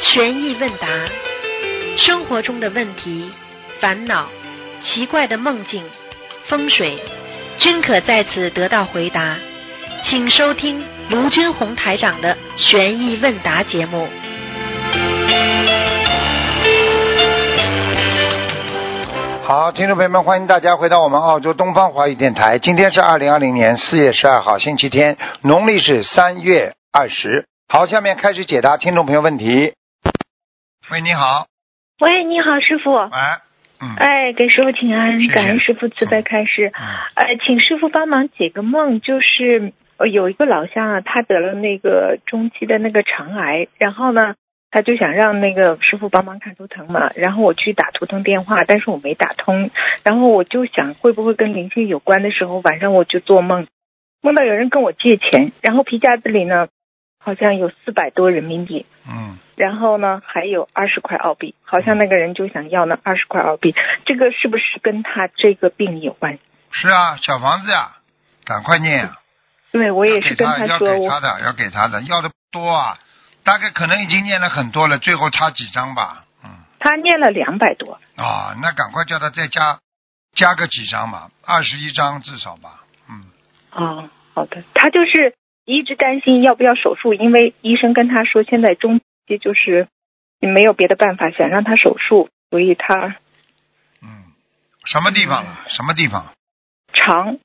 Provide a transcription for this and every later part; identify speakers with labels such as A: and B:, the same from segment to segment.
A: 悬疑问答，生活中的问题、烦恼、奇怪的梦境、风水，均可在此得到回答。请收听卢军红台长的悬疑问答节目。
B: 好，听众朋友们，欢迎大家回到我们澳洲东方华语电台。今天是二零二零年四月十二号，星期天，农历是三月二十。好，下面开始解答听众朋友问题。喂，你好，
C: 喂，你好，师傅。
B: 喂，嗯，
C: 哎，给师傅请安，
B: 谢谢
C: 感恩师傅慈悲开示。
B: 嗯
C: 哎，请师傅帮忙解个梦，就是呃有一个老乡啊，他得了那个中期的那个肠癌，然后呢，他就想让那个师傅帮忙看图腾嘛，然后我去打图腾电话，但是我没打通，然后我就想会不会跟灵性有关的时候，晚上我就做梦，梦到有人跟我借钱，然后皮夹子里呢好像有四百多人民币，
B: 嗯，
C: 然后呢，还有二十块澳币，好像那个人就想要那二十块澳币，这个是不是跟他这个病有关？
B: 是啊，小房子呀、赶快念啊、
C: 对，嗯我也
B: 要给
C: 是跟
B: 他要
C: 说，
B: 给
C: 我
B: 他的，要给他的，要的不多啊，大概可能已经念了很多了，最后差几张吧，嗯，
C: 他念了两百多，
B: 啊、那赶快叫他再加加个几张吧，二十一张至少吧，嗯，
C: 哦，好的，他就是一直担心要不要手术，因为医生跟他说现在中期就是没有别的办法，想让他手术，所以他
B: 嗯，什么地方了？
C: 嗯
B: 什么地方？
C: 肠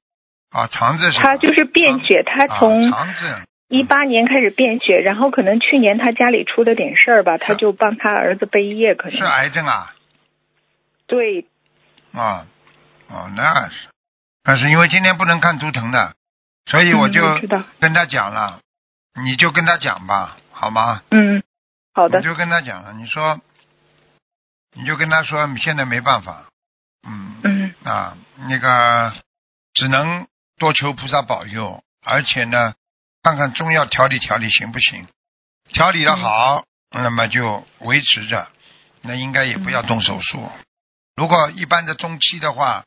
B: 啊，肠子是吧？
C: 他就是便血，他从
B: 啊、肠子，
C: 一八年开始便血，然后可能去年他家里出了点事儿吧，他就帮他儿子背业，可能
B: 是癌症啊？
C: 对
B: 啊，哦，那是，但是因为今天不能看图腾的，所以我
C: 嗯
B: 就
C: 我知道
B: 跟他讲了，你就跟他讲吧，好吗？
C: 嗯，好的
B: 你，就跟他讲了，你说，你就跟他说，现在没办法，嗯，
C: 嗯
B: 啊，那个只能多求菩萨保佑，而且呢，看看中药调理调理行不行，调理的好，那么就维持着，那应该也不要动手术。嗯如果一般的中期的话，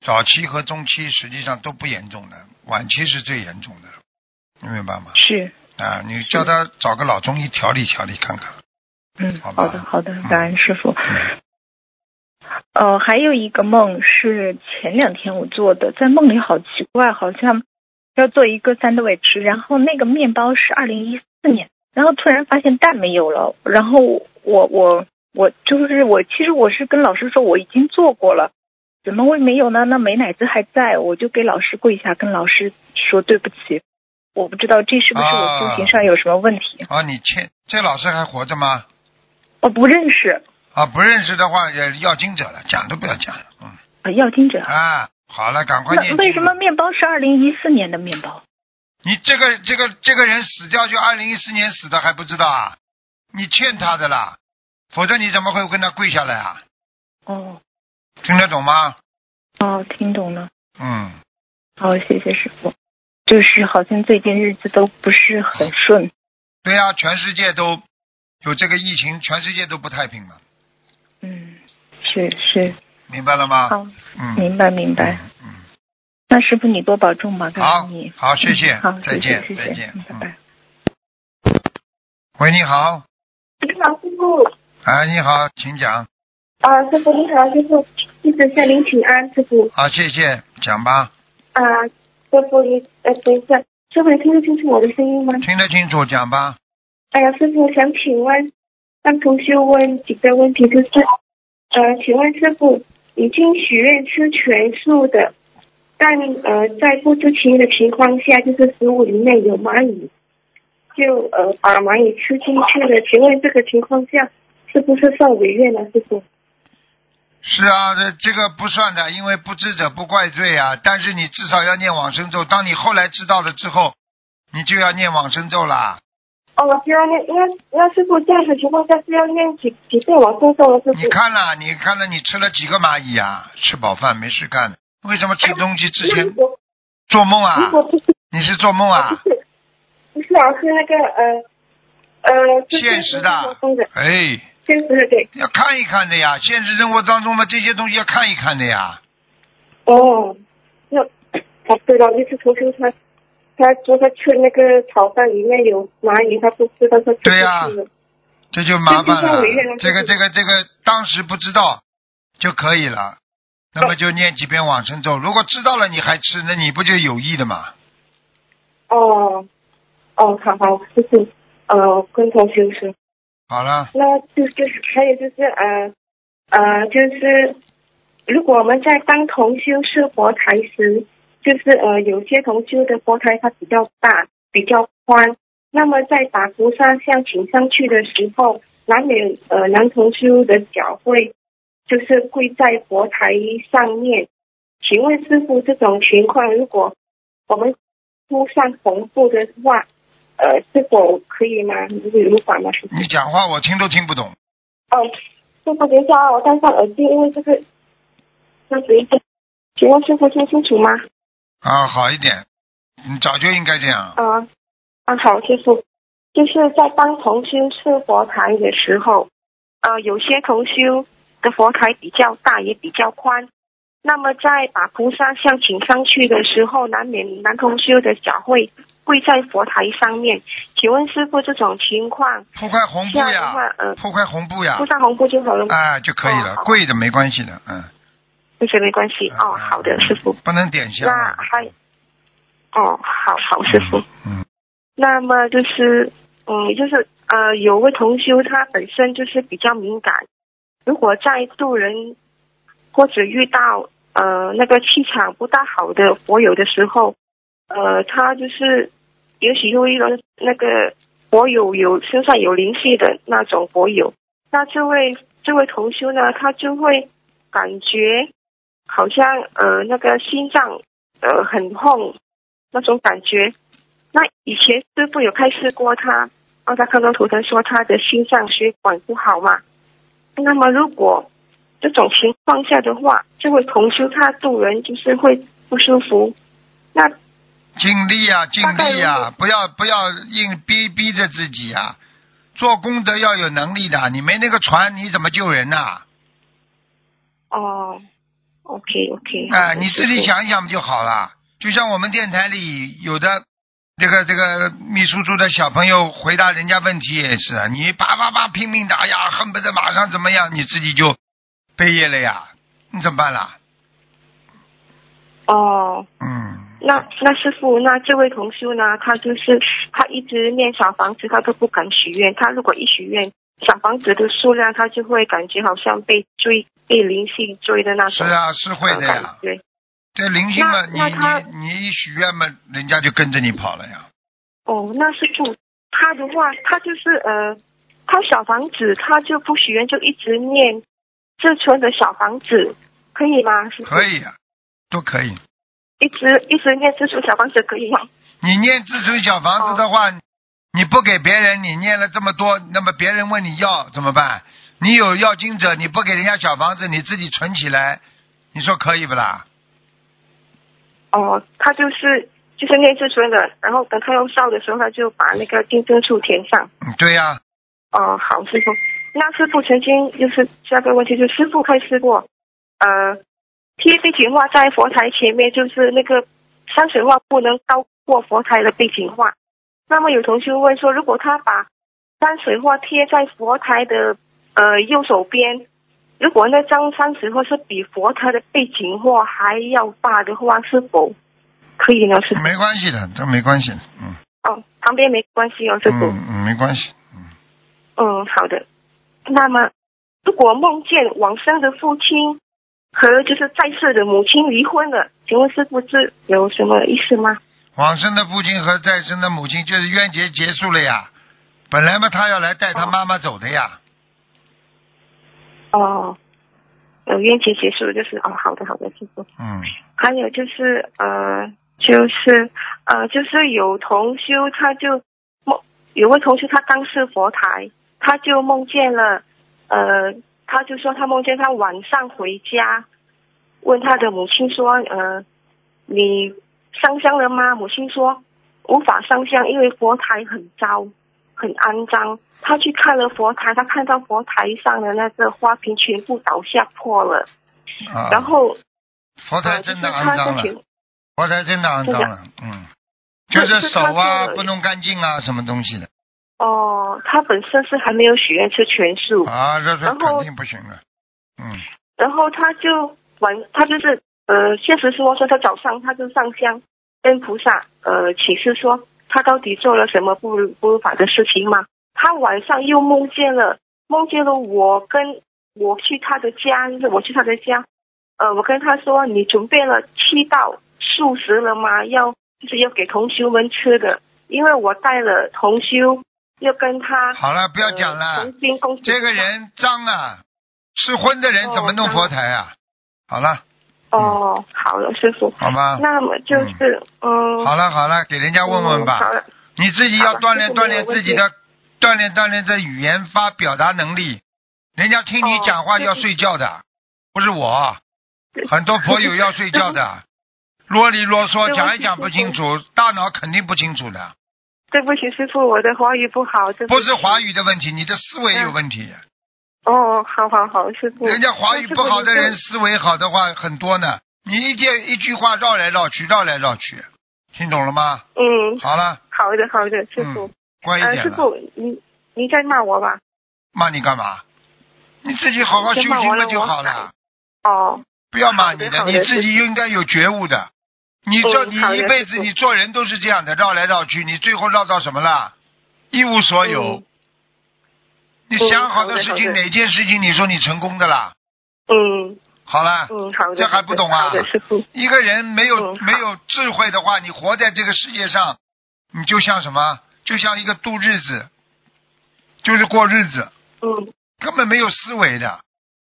B: 早期和中期实际上都不严重的，晚期是最严重的，你明白吗，？
C: 是，
B: 啊，你叫他找个老中医调理调理看看。
C: 嗯，
B: 好
C: 好
B: 吧
C: 的，好的
B: 嗯，
C: 感恩师傅。
B: 嗯
C: 呃，还有一个梦是前两天我做的，在梦里好奇怪，好像要做一个三的位置，然后那个面包是二零一四年，然后突然发现蛋没有了，然后我我我就是我，其实我是跟老师说我已经做过了。怎么会没有呢？那美乃滋还在，我就给老师跪下，跟老师说对不起。我不知道这是不是我修行上有什么问题？
B: 啊，你欠这老师还活着吗？
C: 我不认识
B: 啊，不认识的话也要经者了，讲都不要讲了，嗯。
C: 呃要经者。
B: 啊，好了，赶快念经。
C: 那为什么？面包是二零一四年的面包？
B: 你这个这个这个人死掉就二零一四年死的还不知道啊？你欠他的啦，否则你怎么会跟他跪下来啊？
C: 哦
B: 听得懂吗？
C: 哦，听懂了。
B: 嗯，
C: 好，谢谢师傅。就是好像最近日子都不是很顺。
B: 对呀、全世界都有这个疫情，全世界都不太平了，
C: 嗯，是是。
B: 明白了吗？
C: 好，
B: 嗯，
C: 明白明白。
B: 嗯，
C: 那师傅你多保重吧，感
B: 好
C: 恩你。，
B: 好，谢谢
C: 嗯，好，
B: 再见
C: 谢，谢
B: 再
C: 谢
B: 见
C: 谢，拜
B: 嗯
C: 拜。
B: 喂，你好，
D: 好，师傅，
B: 哎，你好，请讲，
D: 啊，师傅你好，师傅，弟子向您请安，师傅，
B: 好，谢谢，讲吧，
D: 啊，师傅你，呃，等一下，师傅你听得清楚我的声音吗？
B: 听得清楚，讲吧，
D: 哎呀，师傅想请问，让同学问几个问题，就是，呃，请问师傅，已经许愿吃全素的，但呃，在不知情的情况下，就是食物里面有蚂蚁，就呃把蚂蚁吃进去了，请问这个情况下是不是算违愿了，师傅？
B: 是啊，这这个不算的，因为不知者不怪罪啊。但是你至少要念往生咒。当你后来知道了之后，你就要念往生咒啦。
D: 哦，我需要念，那那师傅这样的情况下是要念几几遍往生咒了，师
B: 你
D: 傅？
B: 看了，你看了，你吃了几个蚂蚁啊？吃饱饭没事干，为什么吃东西之
D: 那如
B: 前
D: 果
B: 做梦
D: 如
B: 啊？
D: 果不是
B: 你是做梦啊？
D: 不是不是老师那个呃呃，就是
B: 现实的
D: 生活中的，
B: 哎，
D: 现实的对。
B: 要看一看的呀。现实生活当中嘛，这些东西要看一看的呀。
D: 哦，那哦对了，那次同学他他说他吃那个炒饭里面有蚂蚁，他不知道他吃
B: 对呀
D: 不吃了。
B: 这就麻烦
D: 那
B: 了
D: 就算违愿了。
B: 这个这个这个，当时不知道就可以了，那么就念几遍往生咒。如果知道了你还吃，那你不就有意的嘛？
D: 哦，哦，好好，就是呃，跟同学说，
B: 好了，
D: 那就是还有就是呃呃，就是如果我们在帮同修设佛台时，就是呃有些同修的佛台它比较大，比较宽，那么在把菩萨像请上去的时候，难免呃男同修的脚会就是跪在佛台上面。请问师傅，这种情况如果我们铺上红布的话，呃，是否可以吗？就是如法吗？师傅？
B: 你讲话我听都听不懂。
D: 哦，师傅，等一下啊，我戴上耳机，因为这个那等一下，请问师傅听清楚吗？
B: 啊，好一点，你早就应该这样。
D: 啊啊，好，师傅，就是在帮同修设佛台的时候，呃，有些同修的佛台比较大，也比较宽。那么在把菩萨像请上去的时候，难免男同修的脚会跪在佛台上面。请问师傅，这种情况
B: 铺块红布
D: 这样的话
B: 呀，
D: 呃
B: 铺块红布呀
D: 铺，上红布就好了吗？
B: 啊就可以了，
D: 哦好
B: 贵的没关系的，嗯。
D: 这些没关系
B: 啊
D: 哦。好的，师傅。
B: 不能点香
D: 那
B: 啊。
D: 还哦，嗯好好，师傅。
B: 嗯，
D: 那么就是，嗯，就是呃，有位同修他本身就是比较敏感，如果在渡人或者遇到呃那个气场不大好的佛友的时候，呃，他就是也许又一个那个佛友有身上有灵气的那种佛友，那这位这位同修呢，他就会感觉好像呃那个心脏呃很痛那种感觉。那以前师傅有开示过他，让他看到图腾说他的心脏血管不好嘛。那么如果这种情况下的话，这位同修他渡人就是会不舒服。那
B: 尽力呀、尽力呀、
D: 大概如果
B: 不要不要硬逼逼着自己呀、做功德要有能力的，你没那个船，你怎么救人呐、啊？
D: 哦，OK OK，
B: 啊哎你自己想一想不就好了？就像我们电台里有的这个这个秘书处的小朋友回答人家问题也是啊，你叭叭叭拼命打呀，恨不得马上怎么样，你自己就背业了呀，你怎么办啊啦？
D: 哦。
B: 嗯，
D: 那那师傅，那这位同修呢？他就是他一直念小房子，他都不敢许愿。他如果一许愿，小房子的数量，他就会感觉好像被追、被灵性追的那
B: 是
D: 种、
B: 啊，是会
D: 呃
B: 的呀。
D: 感觉。
B: 这灵性嘛，
D: 那
B: 你
D: 那他
B: 你你一许愿嘛，人家就跟着你跑了呀。
D: 哦，那师傅，他的话，他就是呃，他小房子他就不许愿，就一直念自存的小房子，可以吗？师傅
B: 可，以呀、啊都可以。
D: 一直一直念自存小房子可以吗？
B: 你念自存小房
D: 哦
B: 子的话，你不给别人，你念了这么多，那么别人问你要怎么办？你有要经者，你不给人家小房子，你自己存起来，你说可以不啦？
D: 哦，他就是就是念自存的，然后等他要烧的时候，他就把那个金针处填上。
B: 嗯，对呀、
D: 哦，好，师傅。那师傅曾经就是下个问题，就是师傅开示过，呃，贴背景画在佛台前面，就是那个山水画不能高过佛台的背景画。那么有同学问说，如果他把山水画贴在佛台的呃右手边，如果那张山水画是比佛台的背景画还要大的话，是否可以呢？师傅？
B: 没关系的，这没关系的，嗯
D: 哦，旁边没关系哦，师傅。
B: 嗯嗯，没关系。
D: 嗯，好的。那么，如果梦见往生的父亲和就是在世的母亲离婚了，请问师傅这有什么意思吗？
B: 往生的父亲和再生的母亲就是冤结结束了呀，本来嘛他要来带他妈妈走的呀，
D: 哦，呃，冤结结束了就是哦，好的，好的，师傅。
B: 嗯，
D: 还有就是呃，就是呃，就是有同修他就梦，有位同修他刚是佛台，他就梦见了，呃，他就说他梦见他晚上回家，问他的母亲说，呃，你上香了吗？母亲说无法上香，因为佛台很糟，很肮脏。他去看了佛台，他看到佛台上的那个花瓶全部倒下破了，
B: 啊，
D: 然后
B: 佛台
D: 呃，就
B: 真
D: 是
B: 的
D: 他
B: 肮脏
D: 在
B: 了
D: 学。
B: 佛台真的肮脏了，嗯，就是手
D: 那
B: 啊
D: 是他这个
B: 不弄干净啊，什么东西的，
D: 哦，他本身是还没有许愿吃全素，
B: 啊，这是
D: 哦然
B: 肯
D: 后
B: 定不行了。嗯，
D: 然后他就晚，他就是呃，现实生活中他早上他就上香跟菩萨呃启示说他到底做了什么不如不如法的事情嘛。他晚上又梦见了，梦见了我跟我去他的家，就是我去他的家，呃，我跟他说你准备了七道素食了吗？要就是要给同修们吃的，因为我带了同修，要跟他
B: 好了，不
D: 不
B: 要讲了。
D: 呃重新恭喜
B: 这个
D: 他
B: 人脏啊，吃荤的人怎么弄佛台啊？好了，
D: 哦，好了，师傅。
B: 好吧，
D: 那么就是，嗯，
B: 嗯好了好了，给人家问问
D: 嗯好
B: 吧。
D: 了，
B: 你自己
D: 好
B: 要
D: 了
B: 锻炼
D: 这个
B: 锻
D: 没有
B: 炼自己
D: 问题
B: 的，锻炼锻炼这语言发表达能力。人家听你
D: 哦
B: 讲话
D: 对
B: 要
D: 对
B: 睡觉的，不是我，
D: 对
B: 很多佛友要睡觉 的，啰里啰
D: 对
B: 嗦
D: 不
B: 讲一
D: 起
B: 讲
D: 师
B: 不清
D: 傅
B: 楚，大脑肯定不清楚的，
D: 对不起，师傅，我的华语不好，对
B: 不
D: 起
B: 是华语的问题，你的思维有
D: 嗯
B: 问题。
D: 哦，好好好，师傅。
B: 人家华语
D: 那师
B: 不
D: 傅
B: 好的
D: 你就
B: 人思维好的话很多呢，你一件一句话绕来绕去，绕来绕去，听懂了吗？
D: 嗯，
B: 好了，
D: 好的好的，师傅
B: 嗯。，乖一
D: 呃，
B: 点
D: 师
B: 了。
D: 傅，你你在骂我吧？
B: 骂你干嘛？你自己好好修
D: 先骂
B: 行
D: 完
B: 了
D: 了
B: 就
D: 我
B: 好
D: 改
B: 了，
D: 哦，
B: 不要骂
D: 好的
B: 你的，
D: 好的
B: 你自己应该有觉悟的。你这
D: 嗯
B: 你
D: 好的
B: 一辈子
D: 师傅
B: 你做人都是这样的，绕来绕去，你最后绕到什么了？一无所有
D: 嗯。
B: 你
D: 嗯
B: 想好
D: 好的
B: 事
D: 好
B: 情，
D: 的
B: 哪件事情你说你成功的啦？
D: 嗯
B: 好了，
D: 嗯，好的。
B: 这还
D: 好的
B: 不懂啊
D: 好的，师傅。
B: 一个人没有、
D: 嗯好
B: 没有智慧的话，你活在这个世界上，你就像什么？就像一个度日子，就是过日子，
D: 嗯
B: 根本没有思维的，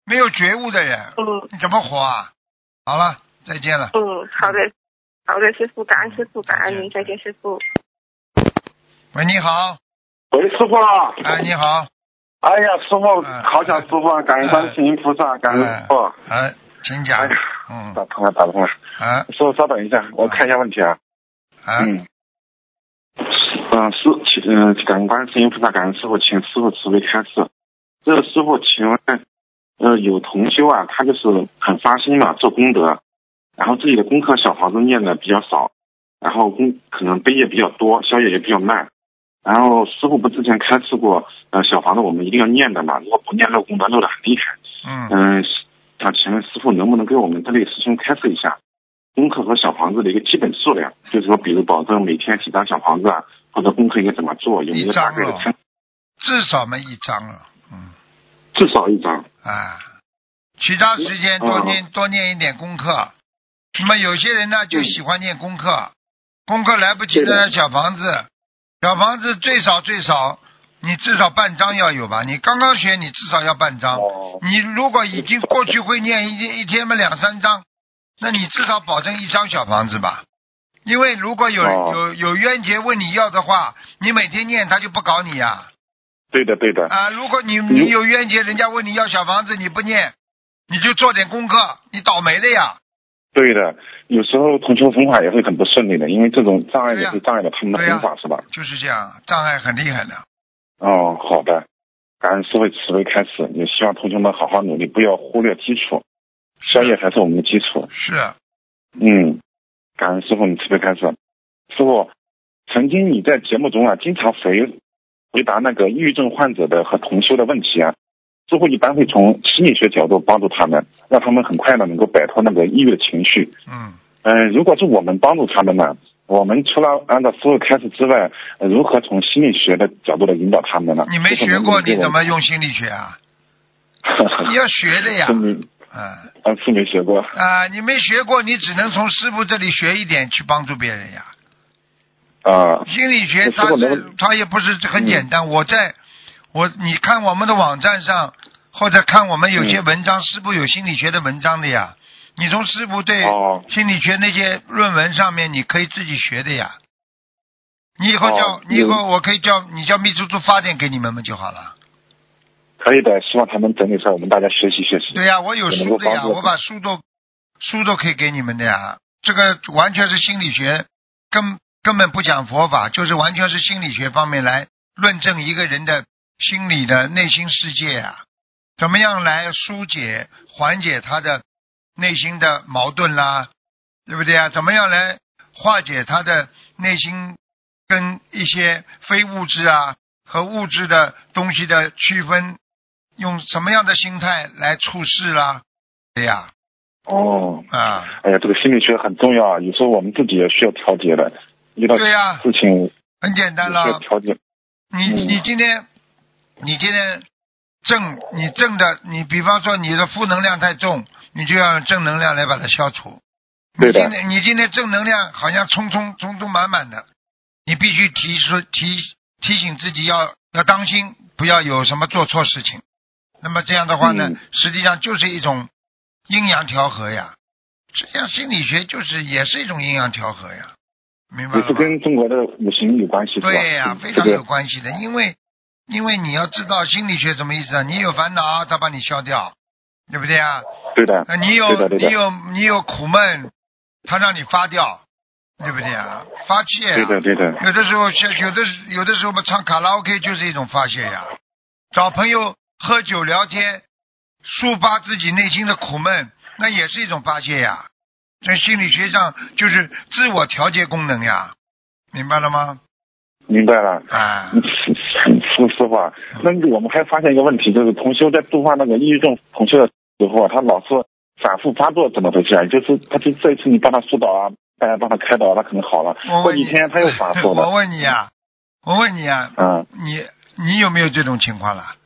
B: 没有觉悟的人，
D: 嗯
B: 你怎么活啊？好了，再见了。
D: 嗯，好的，好的，师傅，感恩师傅，感恩您，
B: 嗯再
D: 再
B: 见
D: 见，师傅。
B: 喂，你好，
E: 喂，师傅啊！
B: 哎，你好，
E: 哎呀，师傅，
B: 嗯
E: 好想师傅啊！啊感恩观世音菩萨，感恩
B: 哎
E: 师傅。
B: 哎，请讲
E: 哎呀，
B: 嗯，
E: 打通了，打通了。
B: 哎
E: 师傅，稍等一下，我看一下问题啊。
B: 哎，
E: 嗯。嗯，师，请嗯，感恩观世音菩萨，感恩师傅，请师傅慈悲开示。这个师傅，请问，呃，有同修啊，他就是很发心嘛，做功德，然后自己的功课小房子念的比较少，然后功可能悲也比较多，消业也比较慢。然后师傅不之前开示过，呃，小房子我们一定要念的嘛，如果不念漏功德漏的很厉害。
B: 嗯，
E: 嗯，想请问师傅能不能给我们这类师兄开示一下功课和小房子的一个基本数量？就是说，比如保证每天几张小房子啊，或者功课应该怎么做，有没有大概
B: 一
E: 的
B: 张哦
E: 参？
B: 至少没一张了，嗯，
E: 至少一张。
B: 啊，其他时间
E: 嗯哦
B: 多念、多念一点功课。那么有些人呢就喜欢念功课，功课来不及
E: 嗯对
B: 的
E: 的
B: 小房子，小房子最少最少你至少半张要有吧？你刚刚学你至少要半张，
E: 哦，
B: 你如果已经过去会念一天一天嘛两三张，那你至少保证一张小房子吧。因为如果有、
E: 哦
B: 有有冤结问你要的话，你每天念他就不搞你呀、
E: 对的，对的，
B: 啊，如果你你有冤结，人家问你要小房子，你不念，你就做点功课，你倒霉的呀。
E: 对的。有时候同修弘法也会很不顺利的，因为这种障碍
B: 对
E: 也
B: 呀
E: 是障碍了他们的
B: 对呀
E: 弘法，是吧？
B: 就是这样，障碍很厉害的。
E: 哦，好的。感恩师傅慈悲开始，也希望同学们好好努力，不要忽略基础，宵夜才是我啊们的基础。
B: 是，
E: 嗯，感恩师傅你慈悲开示。啊师傅，曾经你在节目中啊，经常回回答那个抑郁症患者的和同修的问题啊。师傅一般会从心理学角度帮助他们，让他们很快的能够摆脱那个抑郁的情绪。
B: 嗯，
E: 嗯、如果是我们帮助他们呢，我们除了按照师傅开始之外、呃如何从心理学的角度来引导他们呢？
B: 你没
E: 师傅
B: 学
E: 能不
B: 过，
E: 能给
B: 你
E: 我
B: 怎么用心理学啊？ 你要学的呀
E: 是。没
B: 嗯
E: 啊，是没学过。
B: 啊，你没学过，你只能从师傅这里学一点去帮助别人呀。
E: 啊，
B: 心理学
E: 我
B: 它
E: 说过
B: 是
E: 没
B: 它也不是
E: 嗯
B: 很简单。我在我你看我们的网站上，或者看我们有些
E: 嗯
B: 文章，师傅有心理学的文章的呀。你从师傅对
E: 哦
B: 心理学那些论文上面，你可以自己学的呀。你以后叫、
E: 哦
B: 你以后
E: 有
B: 我可以叫你叫秘书处发点给你们们就好了。
E: 可以的，希望他们整理出来，我们大家学习学习。
B: 对呀、我有
E: 也能
B: 书
E: 够
B: 的呀，
E: 帮助
B: 我把书都书都可以给你们的呀。这个完全是心理学，根根本不讲佛法，就是完全是心理学方面来论证一个人的心理的内心世界啊，怎么样来疏解缓解他的内心的矛盾啦，对不对啊？怎么样来化解他的内心跟一些非物质啊和物质的东西的区分，用什么样的心态来处事啦？对呀，
E: 哦，
B: 啊，
E: 哎呀，这个心理学很重要，啊，有时候我们自己也需要调节的，遇到
B: 对呀，
E: 事情也
B: 很简单
E: 需要
B: 了。
E: 调节。
B: 你
E: 嗯
B: 你今天，你今天正你正的，你比方说你的负能量太重，你就要用正能量来把它消除。
E: 对
B: 你
E: 的
B: 今天你今天正能量好像充充充充满满的，你必须提出提提醒自己要要当心，不要有什么做错事情。那么这样的话呢，
E: 嗯
B: 实际上就是一种阴阳调和呀。实际上心理学就是也是一种阴阳调和呀，明白
E: 也
B: 了
E: 是
B: 吗？
E: 跟中国的五行有关系，是吧？嗯
B: 对呀、非常
E: 这
B: 有
E: 个
B: 关系的，因为因为你要知道心理学什么意思啊？你有烦恼，他帮你消掉，对不对啊？
E: 对的，
B: 呃你有
E: 对的对的
B: 你有你有苦闷，他让你发掉，对不对啊？发泄、啊，
E: 对的，对的，
B: 有的时候像有的有的时候我们唱卡拉 OK 就是一种发泄呀、找朋友喝酒聊天，抒发自己内心的苦闷，那也是一种发泄呀、在心理学上就是自我调节功能呀，明白了吗？
E: 明白了。嗯
B: 啊，
E: 是是师傅啊，那我们还发现一个问题，就是同修在度化那个抑郁症同修的时候啊，他老是反复发作，怎么回事啊？就是他就这一次你帮他疏导啊，大家帮他开导，他可能好了，
B: 我
E: 过
B: 问
E: 几
B: 你，
E: 天他又发 作
B: 我
E: 了。
B: 问你啊，我问你啊，
E: 嗯，
B: 你你有没有这种情况啦？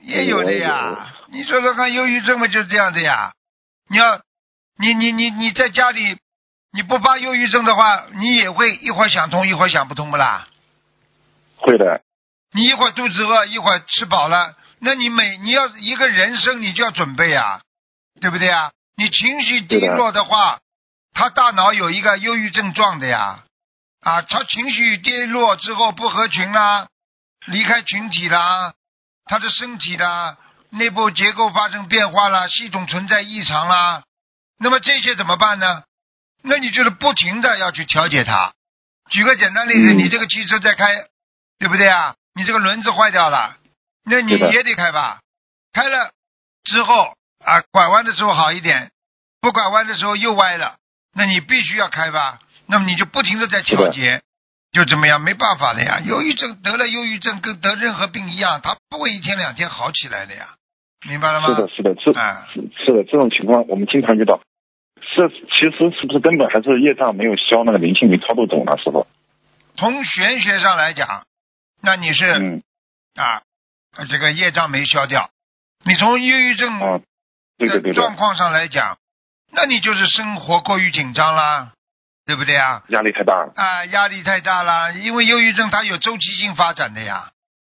B: 也有的呀。你说说看，忧郁症嘛就是这样的呀。你要，你你你你在家里，你不发忧郁症的话，你也会一会儿想通，一会儿想不通不啦？
E: 会的，
B: 你一会儿肚子饿，一会儿吃饱了，那你每你要一个人生，你就要准备啊，对不对啊？你情绪低落的话，他大脑有一个忧郁症状的呀，啊，他情绪低落之后不合群啦，离开群体啦，他的身体啦，内部结构发生变化啦，系统存在异常啦，那么这些怎么办呢？那你就是不停的要去调节它。举个简单例子，
E: 嗯
B: 你这个汽车在开，对不对啊？你这个轮子坏掉了，那你
E: 对的
B: 也得开吧？开了之后啊，拐弯的时候好一点，不拐弯的时候又歪了，那你必须要开吧？那么你就不停的在调节，就这么样，没办法的呀。忧郁症得了忧郁症，跟得任何病一样，它不会一天两天好起来的呀，明白了吗？
E: 是的，是的，是
B: 啊，
E: 是是的，这种情况我们经常遇到。是，其实是不是根本还是业障没有消，那个灵性没操作懂呢，师傅？
B: 从玄学上来讲，那你是、
E: 嗯，
B: 啊，呃这个业障没消掉。你从忧郁症
E: 啊，对的，
B: 的
E: 对
B: 嗯状
E: 的，
B: 况上来讲，那你就是生活过于紧张啦，对不对啊？
E: 压力太大了。
B: 啊，压力太大啦，因为忧郁症它有周期性发展的呀，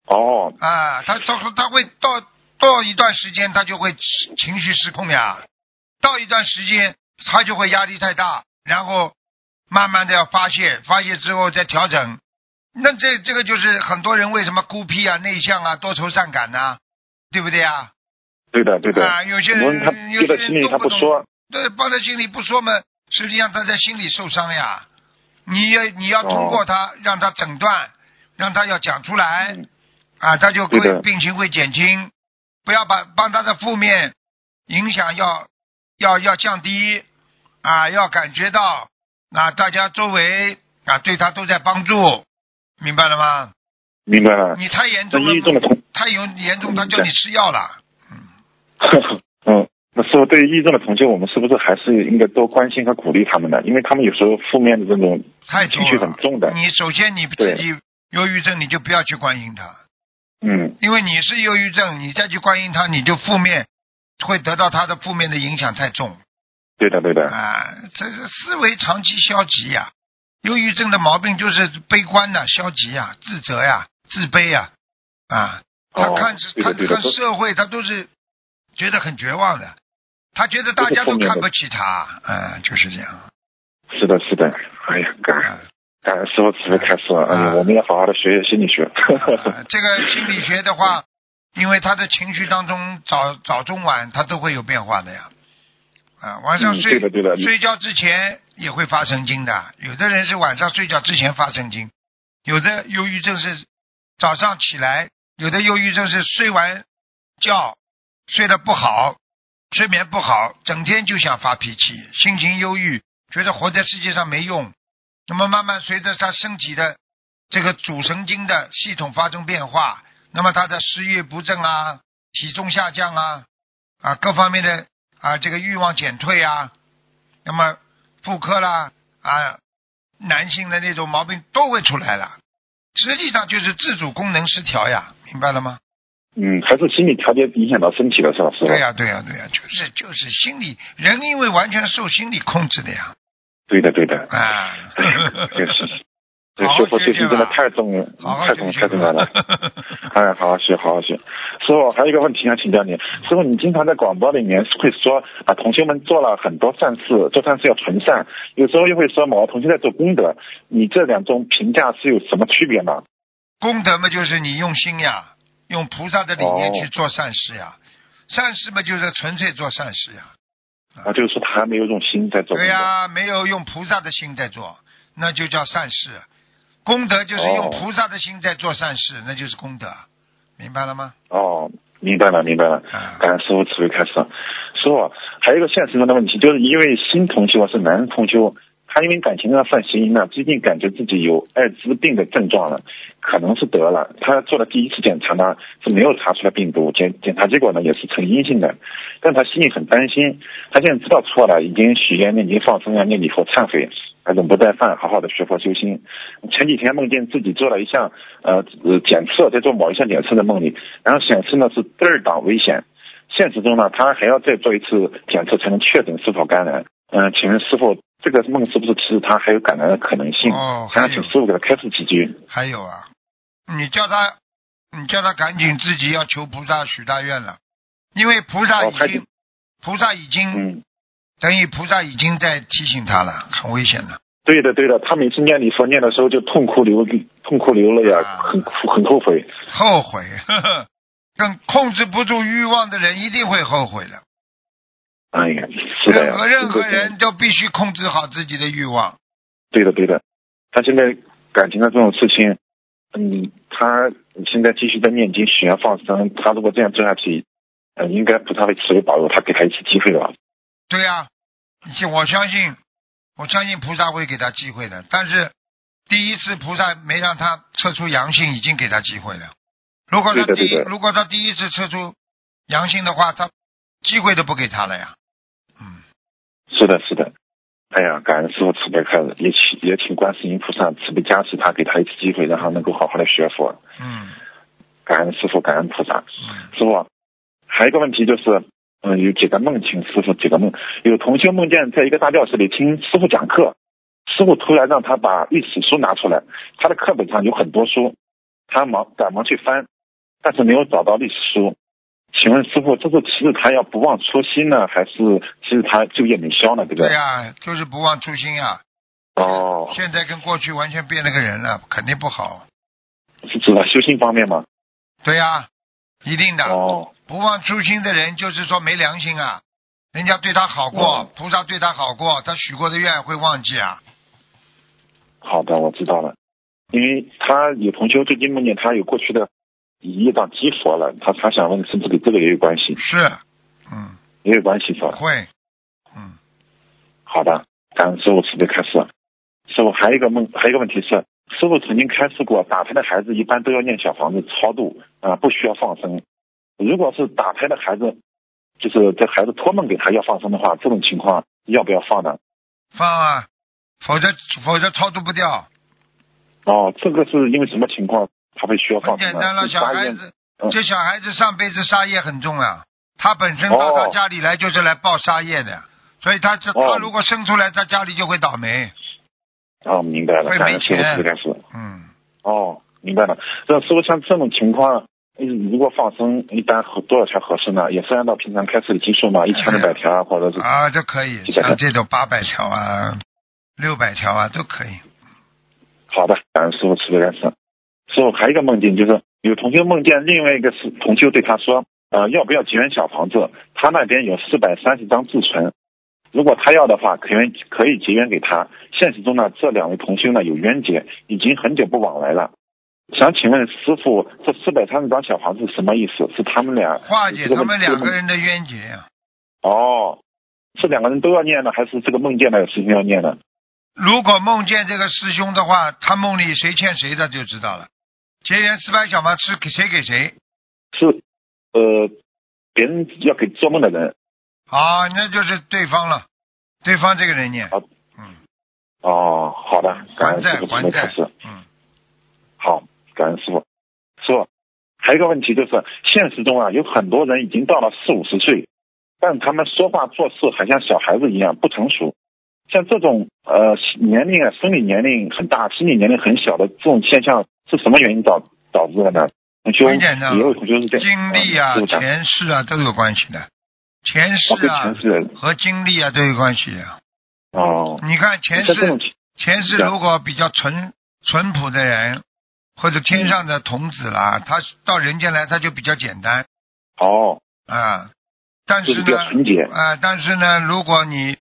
E: 哦，
B: 啊，它它它会到到一段时间，它就会失情绪失控呀，到一段时间，它就会压力太大，然后慢慢的要发泄，发泄之后再调整。那这这个就是很多人为什么孤僻啊、内向啊、多愁善感呐、对不对啊？
E: 对的，对的。
B: 啊，有些
E: 很多人他
B: 人有些
E: 憋在心
B: 人
E: 里，
B: 都
E: 他不
B: 懂
E: 说。
B: 对，放在心里不说嘛，实际上他在心里受伤呀。你要你要
E: 哦
B: 通过他、让他诊断，让他要讲出来、
E: 嗯
B: 啊，他就
E: 对
B: 会
E: 的
B: 病情会减轻。不要把帮他的负面影响要要要降低啊，要感觉到啊，大家周围啊对他都在帮助，明白了吗？
E: 明白了。
B: 你太严
E: 那
B: 重
E: 抑郁症
B: 了，
E: 的同，
B: 太严严重，他叫
E: 嗯
B: 你吃药了。
E: 嗯，那师傅对于抑郁症的同学，我们是不是还是应该多关心和鼓励他们呢？因为他们有时候负面的这种
B: 太多
E: 情绪很
B: 了。
E: 重的。
B: 你首先你自
E: 对
B: 己忧郁症，你就不要去关心他，
E: 嗯，
B: 因为你是忧郁症，你再去关心他，你就负面会得到他的负面的影响太重
E: 对的，对哦的，
B: 啊！这是思维长期消极呀、忧郁症的毛病就是悲观呐、消极呀、自责呀、自卑呀啊！他
E: 哦
B: 看、
E: 对
B: 他
E: 的对的
B: 看
E: 都
B: 社会，他都是觉得很绝望的，他觉得大
E: 都是
B: 家
E: 负
B: 都
E: 面
B: 看
E: 的
B: 不起他，嗯，就是这样。
E: 是的，是的。哎呀，感恩
B: 啊
E: 感恩呃师傅慈悲开示，哎呀
B: 啊，
E: 我们也好好的学学心理学。
B: 啊这个心理学的话，因为他的情绪当中早早中晚他都会有变化的呀。啊，晚上
E: 嗯
B: 睡、
E: 对的对的
B: 睡觉之前也会发神经的，有的人是晚上睡觉之前发神经，有的忧郁症是早上起来，有的忧郁症是睡完觉睡得不好，睡眠不好，整天就想发脾气，心情忧郁，觉得活在世界上没用。那么慢慢随着他身体的这个主神经的系统发生变化，那么他的食欲不振啊，体重下降啊，啊各方面的啊这个欲望减退啊，那么妇科啦啊男性的那种毛病都会出来了，实际上就是自主功能失调呀，明白了吗？
E: 嗯，还是心理调节影响到身体了，是吧，师傅？
B: 对呀、对呀、对呀、就是就是心理人因为完全受心理控制的呀，
E: 对的，对的。
B: 啊，
E: 就是，这
B: 好好
E: 师傅
B: 学
E: 最
B: 学
E: 近真的
B: 吧
E: 太重了，
B: 好好
E: 太
B: 学
E: 重
B: 学
E: 太重要了。 哎，好好学，好好学。师傅，还有一个问题想请教你，师傅，你经常在广播里面会说啊，同学们做了很多善事，做善事要纯善，有时候又会说某个同学在做功德，你这两种评价是有什么区别呢？
B: 功德嘛，就是你用心呀，用菩萨的理念
E: 哦
B: 去做善事呀。善事嘛，就是纯粹做善事呀。
E: 啊，就是说他还没有用心在做功
B: 对
E: 德。
B: 呀、没有用菩萨的心在做，那就叫善事。功德就是用
E: 哦
B: 菩萨的心在做善事，那就是功德，明白了吗？
E: 哦，明白了，明白了。
B: 啊，
E: 感恩师傅慈悲开示。师傅，还有一个现实中的问题，就是一位新同修啊，是男同修，他因为感情上犯邪淫呢，最近感觉自己有艾滋病的症状了，可能是得了。他做了第一次检查呢，是没有查出来病毒，检检查结果呢也是呈阴性的，但他心里很担心。他现在知道错了，已经许愿、念经、放生啊、念礼佛、忏悔，啊永不再犯，好好的学佛修心。前几天梦见自己做了一项呃呃检测，在做某一项检测的梦里，然后显示呢是第二档危险。现实中呢，他还要再做一次检测才能确诊是否感染。嗯、请问师傅，这个梦是不是提示他还有感染的可能性？
B: 哦，
E: 还
B: 还
E: 想
B: 有
E: 请师傅给他开示几句。
B: 还有啊，你叫他，你叫他赶紧自己要求菩萨许大愿了，因为菩萨
E: 哦
B: 已
E: 还
B: 经，菩萨已经、
E: 嗯，
B: 等于菩萨已经在提醒他了，很危险了。
E: 对的对的，他每次念礼佛念的时候就痛哭流痛哭流泪啊
B: 啊，
E: 很很后悔。
B: 后悔， 呵呵，更控制不住欲望的人一定会后悔的。
E: 哎呀，是的呀
B: 任，何任何
E: 真的是
B: 人都必须控制好自己的欲望。
E: 对的，对的。他现在感情的这种事情，嗯，他现在继续在念经、许愿、放生。他如果这样做下去，嗯，应该菩萨会慈悲保佑他，给他一次机会的吧？
B: 对呀、啊，我相信，我相信菩萨会给他机会的。但是第一次菩萨没让他测出阳性，已经给他机会了。如果他
E: 对的
B: 第一
E: 对的
B: 如果他第一次测出阳性的话，他机会都不给他了呀。嗯，
E: 是的，是的。哎呀，感恩师傅慈悲开示，也请也请观世音菩萨慈悲加持他，给他一次机会，让他能够好好的学佛。
B: 嗯
E: 感恩师傅，感恩菩萨。
B: 嗯，
E: 师傅，还有一个问题就是，嗯，有几个梦，请师傅几个梦。有同修梦见在一个大教室里听师傅讲课，师傅突然让他把历史书拿出来，他的课本上有很多书，他忙赶忙去翻，但是没有找到历史书。请问师傅，这是提示他要不忘初心呢，还是提示他就业没消呢？对不
B: 对呀、就是不忘初心呀、
E: 哦，
B: 现在跟过去完全变了个人了，肯定不好。
E: 是指的修心方面吗？
B: 对呀、一定的。
E: 哦，
B: 不忘初心的人，就是说没良心啊。人家对他好过，
E: 嗯
B: 菩萨对他好过，他许过的愿会忘记啊。
E: 好的，我知道了。因为他有同修最近梦见他有过去的业障激活了，他他想问是不是跟这个也有关系？
B: 是，嗯，
E: 也有关系是吧？
B: 会，嗯，
E: 好的，感恩师傅慈悲开示。师傅还有一个梦，还有一个问题是，师傅曾经开示过，打胎的孩子一般都要念小房子超度啊、不需要放生。如果是打胎的孩子，就是这孩子托梦给他要放生的话，这种情况要不要放呢？
B: 放啊，否则否则超度不掉。
E: 哦，这个是因为什么情况他会需要
B: 很
E: 放生
B: 简
E: 呢？
B: 单了，
E: 是
B: 小
E: 发
B: 孩
E: 愿
B: 子
E: 嗯，
B: 这小孩子上辈子杀业很重啊。他本身到
E: 哦
B: 他家里来就是来报杀业的，所以他这
E: 哦
B: 他如果生出来，他家里就会倒霉。
E: 哦，明白了，
B: 会
E: 感
B: 没
E: 恩师傅
B: 钱
E: 慈悲开示。
B: 嗯，
E: 哦，明白了。那师傅像这种情况，嗯如果放生，一般合多少条合适呢？也是按照平常开始的基数嘛，一千六百条啊，或者是
B: 啊，这可以，
E: 谢谢
B: 像这种八百条啊、六百条啊都可以。
E: 好的，感恩师傅慈悲开示。师傅还有一个梦境，就是有同修梦见另外一个是同修对他说，呃，要不要结缘小房子？他那边有四百三十张自存，如果他要的话，可以可以结缘给他。现实中呢，这两位同修呢有冤结，已经很久不往来了。想请问师傅，这四百三十张小房子是什么意思？是他们俩
B: 化解
E: 这个
B: 他
E: 问
B: 们
E: 这
B: 两
E: 问
B: 个人的冤结啊呀、
E: 哦，是两个人都要念呢，还是这个梦见的有事情要念呢？
B: 如果梦见这个师兄的话，他梦里谁欠谁的就知道了。结缘四百小房是给谁给谁？
E: 是呃，别人要给做梦的人
B: 啊，那就是对方了，对方这个人念
E: 好，
B: 嗯，
E: 哦。好的，感
B: 还
E: 恩师
B: 债
E: 傅慈
B: 还
E: 悲开
B: 债
E: 示。，
B: 嗯，
E: 好，感恩师傅。师傅，还有一个问题就是，现实中啊，有很多人已经到了四五十岁，但他们说话做事还像小孩子一样不成熟。像这种呃年龄啊，生理年龄很大，心理年龄很小的这种现象，是什么原因导导致的呢？同修
B: 很简单
E: 也有同修是这
B: 经历啊、
E: 嗯师傅讲
B: 前世啊都有关系的，前
E: 哦
B: 世
E: 跟
B: 啊
E: 前世人
B: 和经历啊都有关系的。
E: 哦，
B: 你看前
E: 像这
B: 世
E: 种情
B: 前世如果比较淳淳朴的人，或者天上的童子啦，他到人间来他就比较简单
E: 哦，
B: 啊。但
E: 就是是比
B: 呢
E: 较，纯洁
B: 啊、但是呢，如果你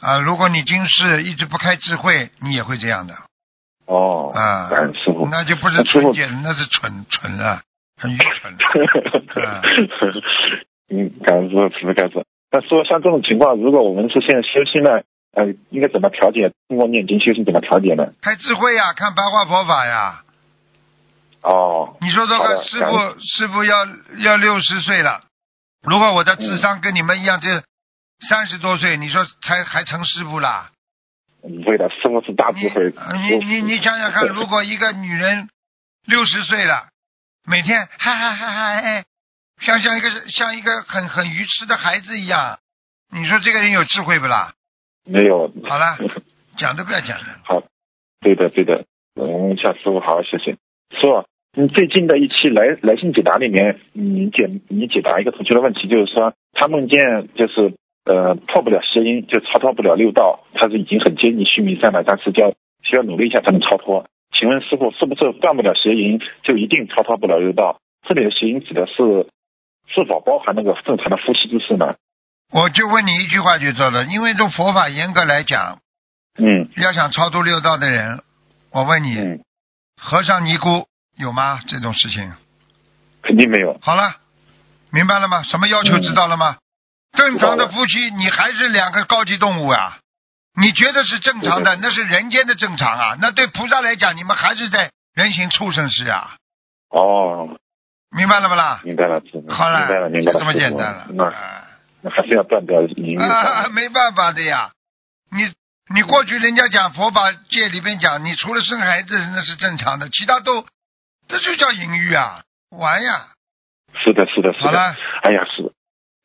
B: 啊、如果你今世一直不开智慧，你也会这样的
E: 哦，
B: 啊、
E: 感恩师傅。
B: 那就不是纯洁了，那是蠢蠢了，很愚蠢啊了。
E: 嗯，感恩师傅慈悲开示。那说像这种情况，如果我们是现在修心呢，呃，应该怎么调节？通过念经修心怎么调节呢？
B: 开智慧呀、看白话佛法呀。
E: 哦，
B: 你说说
E: 好
B: 看，
E: 的
B: 师
E: 感
B: 傅师傅要要六十岁了，如果我的
E: 嗯
B: 智商跟你们一样，这三十多岁，你说才还成师傅啦？
E: 不会的，师傅是大智慧。
B: 呃你你你你想想看，如果一个女人六十岁了，每天嗨嗨嗨嗨哎，像像一个像一个很很愚痴的孩子一样，你说这个人有智慧不啦？
E: 没有，
B: 好了，讲都不要讲了。
E: 好，对的对的，嗯，向师傅好好学习。师傅，你最近的一期来来信解答里面，你解你解答一个同学的问题，就是说他梦见就是呃破不了谐音，就超脱不了六道，他是已经很接近须弥山了，但是要需要努力一下才能超脱。请问师傅，是不是断不了谐音就一定超脱不了六道？这里的谐音指的是是否包含那个正常的夫妻之事呢？
B: 我就问你一句话就知道了，因为这佛法严格来讲，
E: 嗯
B: 要想超度六道的人，我问你，
E: 嗯，
B: 和尚尼姑有吗？这种事情？
E: 肯定没有。
B: 好了，明白了吗？什么要求知道了吗？
E: 嗯
B: 正常的夫妻，你还是两个高级动物啊！你觉得是正常的，那是人间的正常啊。那对菩萨来讲，你们还是在人形畜生世啊，
E: 哦，
B: 明白了不啦？
E: 明白了，师傅
B: 好了，
E: 嗯明白了，明
B: 就
E: 白了，
B: 这么
E: 师
B: 简
E: 傅
B: 单了。
E: 那那还是要断掉名誉。
B: 啊，没办法的呀。你你过去人家讲佛法界里边讲，你除了生孩子那是正常的，其他都这就叫淫欲啊，玩呀。
E: 是的，是的，是
B: 好
E: 的。
B: 了，
E: 哎呀，是的。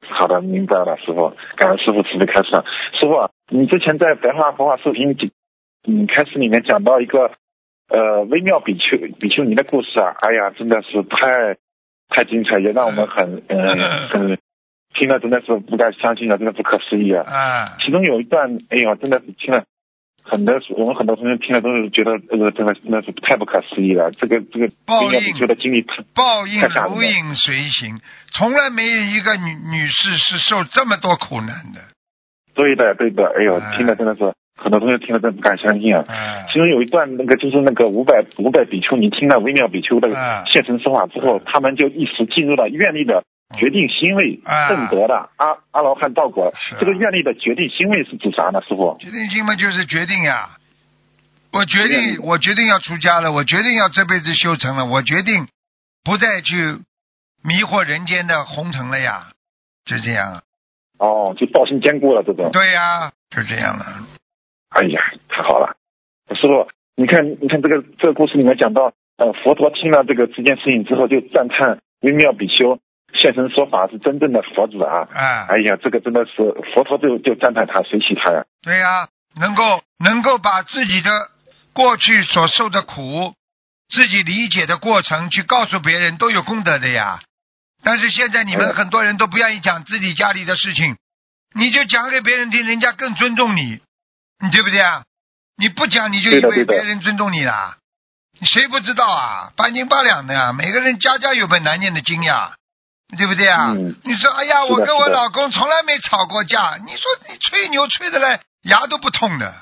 E: 好的，明白了，师傅，感恩师傅慈悲开示。师傅，你之前在白话佛法视频几嗯开始里面讲到一个呃微妙比丘比丘尼的故事啊，哎呀，真的是太太精彩，也让我们很 嗯很听了真的是不敢相信啊，真的不可思议啊。
B: 啊，
E: 其中有一段，哎呦，真的是听了很多，我们很多同学听了都是觉得，呃，真的真的是太不可思议了。这个这个
B: 报
E: 冰
B: 应
E: 比丘的经历太，
B: 报应
E: 太吓人了
B: 如影随形，从来没有一个女女士是受这么多苦难的。
E: 对的对的，哎呦，
B: 哎
E: 听了真的是很多同学听了真不敢相信啊。
B: 啊，
E: 其中有一段那个就是那个五百五百比丘尼听了微妙比丘的
B: 哎
E: 现身说法之后，他们就一时进入了愿力的决定心位
B: 哎
E: 正德的阿阿罗汉道果
B: 是啊。
E: 这个愿力的决定心位是指啥呢，师傅？
B: 决定性嘛就是决定呀、我决
E: 决
B: 定，
E: 定
B: 我决定要出家了，我决定要这辈子修成了，我决定不再去迷惑人间的红尘了呀，就这样啊，
E: 哦，就道心坚固了这种。
B: 对呀、就这样了。
E: 哎呀，太好了，师傅，你看，你看这个这个故事里面讲到，呃，佛陀听了这个这件事情之后，就赞叹微妙比丘现身说法是真正的佛子啊！
B: 啊，
E: 哎呀，这个真的是佛陀就就赞叹他，随喜他呀！
B: 对呀、能够能够把自己的过去所受的苦，自己理解的过程去告诉别人，都有功德的呀。但是现在你们
E: 嗯
B: 很多人都不愿意讲自己家里的事情，你就讲给别人听，人家更尊重你，你对不对啊？你不讲，你就以
E: 对的
B: 为
E: 对的
B: 别人尊重你啦？谁不知道啊？半斤八两的呀、每个人家家有本难念的经呀，对不对啊？
E: 嗯
B: 你说，哎呀，
E: 是的
B: 我跟我
E: 是的
B: 老公从来没吵过架，你说你吹牛吹的嘞，牙都不痛的，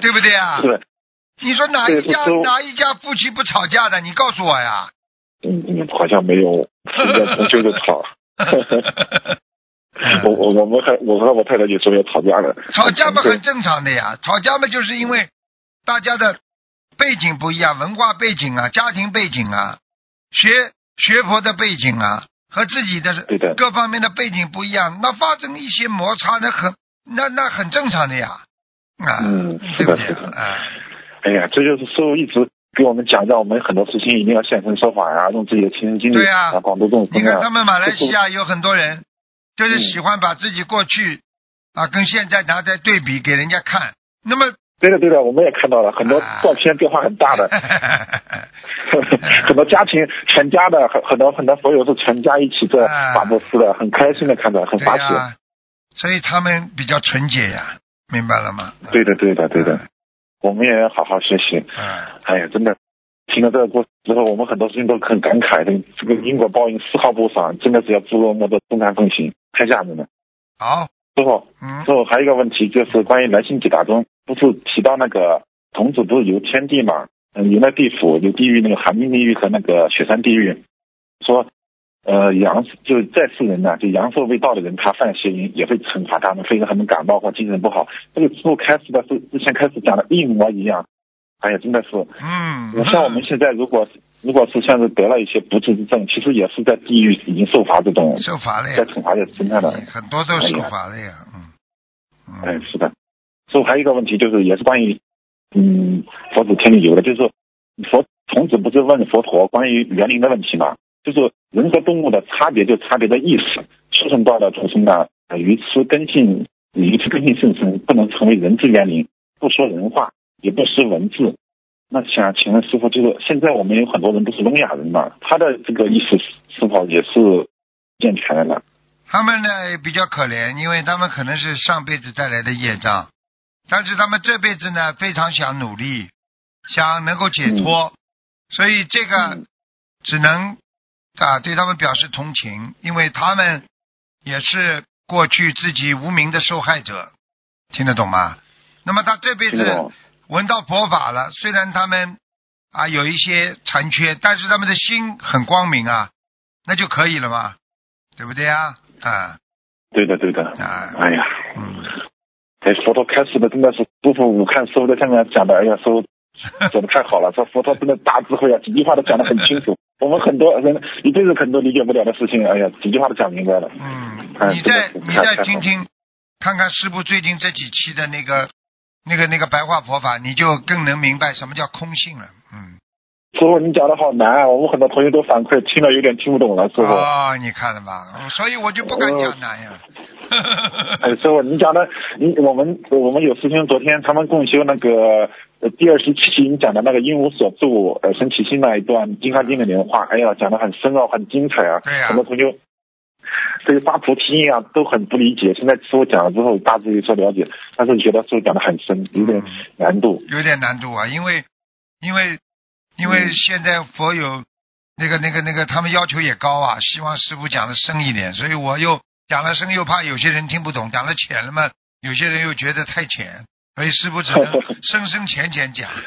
B: 对不对啊
E: 是？的，
B: 你说哪一家
E: 对是的
B: 哪一家夫妻不吵架的？你告诉我 呀。
E: 嗯，好像没有，是在同修的吵。
B: 嗯
E: 我我我们还我和我太太有时候也吵架了。
B: 吵架嘛很正常的呀，吵架嘛就是因为大家的背景不一样，文化背景啊、家庭背景啊、学学佛的背景啊和自己的
E: 对的
B: 各方面的背景不一样，那发生一些摩擦，那很那那很正常的呀，啊，
E: 嗯
B: 对
E: 是
B: 不
E: 的
B: 对
E: 是的
B: 啊？
E: 哎呀，这就是师傅一直给我们讲，让我们很多事情一定要现身说法呀、用自己的亲身经历啊
B: 对呀
E: 广度众
B: 你
E: 生
B: 看他
E: 啊。
B: 们马来西亚有很多人，就是
E: 嗯
B: 喜欢把自己过去啊跟现在拿来对比给人家看，那么
E: 对的对的，我们也看到了很多
B: 啊
E: 照片变化很 大的， 很多家庭全家的，很很多很多佛友是全家一起在
B: 啊
E: 法布斯的，很开心的看着，很
B: 对啊
E: 发
B: 呀、
E: 喜。
B: 所以他们比较纯洁呀，明白了吗？
E: 对的对
B: 嗯
E: 的对的，我们也要好好学习。
B: 啊，
E: 哎呀，真的，听了这个故事之后，我们很多事情都很感慨。这个这个因果报应丝毫不爽，真的是要诸恶莫作，众善奉行。看下面呢，
B: 好，
E: 之后
B: 嗯
E: 之后还有一个问题就是关于来信解答中，不是提到那个童子不是游天地嘛？嗯，游那地府，游地狱，那个寒冰地狱和那个雪山地狱，说。呃，阳就是在世人呢、就阳寿未到的人，他犯邪淫也会惩罚他们，非常他们感冒或精神不好。这个师傅开始的是之前开始讲的一模一样，哎呀，真的是
B: 嗯，
E: 那像我们现在如果如果是像是得了一些不治之症，其实也是在地狱已经受罚这种，
B: 受罚了呀
E: 在，惩罚这种态的。
B: 很多都受罚了呀，嗯
E: 哎，
B: 嗯，
E: 是的。所以还有一个问题就是，也是关于嗯佛子天理游的，就是说佛孔子不是问佛陀关于园林的问题嘛？就是人和动物的差别就差别在意识，畜生道的畜生呢，呃愚痴根性愚痴根性甚深，不能成为人之园林，不说人话，也不识文字。那想请问师傅，就是现在我们有很多人都是聋哑人嘛，他的这个意识是是否也是健全的呢？
B: 他们呢也比较可怜，因为他们可能是上辈子带来的业障，但是他们这辈子呢非常想努力，想能够解脱，所以这个。
E: 嗯
B: 只能啊对他们表示同情，因为他们也是过去自己无名的受害者，听得懂吗？那么他这辈
E: 听得懂
B: 子？闻到佛法了，虽然他们啊有一些残缺，但是他们的心很光明啊，那就可以了嘛，对不对啊？啊
E: 对的，对的。
B: 啊，
E: 哎呀，
B: 嗯，
E: 哎，佛陀开始的真的是师傅，我看师傅在下面讲的，哎呀，师傅讲的太好了，说佛陀真的大智慧啊，几句话都讲得很清楚。我们很多人一辈子很多理解不了的事情，哎呀，几句话都讲明白了。
B: 嗯，
E: 哎
B: 你再
E: 真的是
B: 你
E: 太
B: 再
E: 太
B: 听
E: 好
B: 听，看看师傅最近这几期的那个那个那个白话佛法，你就更能明白什么叫空性了。嗯，
E: 师傅，你讲的好难啊，我们很多同学都反馈听了有点听不懂了，师傅。
B: 哦，你看了吧？所以我就不敢讲难呀。
E: 哎，师傅，你讲的，你我们我们有师兄昨天他们共修那个呃第二十七期，你讲的那个因无所住呃生其心那一段《金刚经》里面的话，哎呀，讲的很深奥，很精彩啊。
B: 对呀
E: 很多同学对于发菩提啊都很不理解，现在师傅讲了之后，大致有所了解，但是觉得师傅讲的很深，有
B: 嗯
E: 点难度。
B: 有点难度啊，因为因为因为
E: 嗯
B: 现在佛友那个那个那个他们要求也高啊，希望师傅讲的深一点，所以我又讲了深，又怕有些人听不懂；讲了浅了嘛，有些人又觉得太浅，所以师傅只能深深浅浅讲。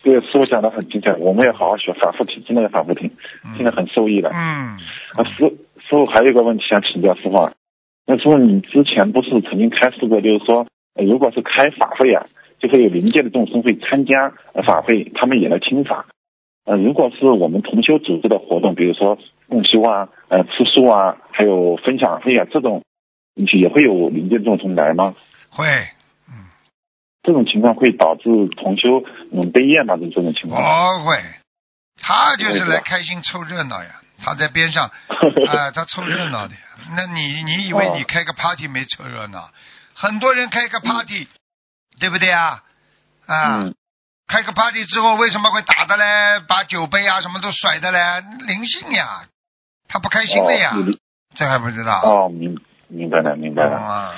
E: 对，师傅讲的很精彩，我们也好好学，反复听，真的要反复听，听得很受益的。
B: 嗯，
E: 啊，师师傅还有一个问题想请教师傅啊，那师傅你之前不是曾经开示过，就是说、呃如果是开法会啊，就会有灵界的众生会参加呃法会，他们也来听法。呃，如果是我们同修组织的活动，比如说共修啊、呃吃素啊，还有分享会啊这种，你也会有灵界众生来吗？
B: 会，
E: 这种情况会导致同修嗯被厌吗？这这种情 况？
B: 我哦会，他就是
E: 会是
B: 来
E: 吧
B: 开心凑热闹呀，他在边上。 啊，他凑热闹的呀。那你你以
E: 哦
B: 为你开个 party 没凑热闹？很多人开个 party，、对不对啊？啊，
E: 嗯，
B: 开个 party 之后为什么会打的嘞？把酒杯啊什么都甩的嘞，灵性呀，他不开心的呀，
E: 哦你
B: 这还不知道？
E: 哦，明明白了，明白了。
B: 啊，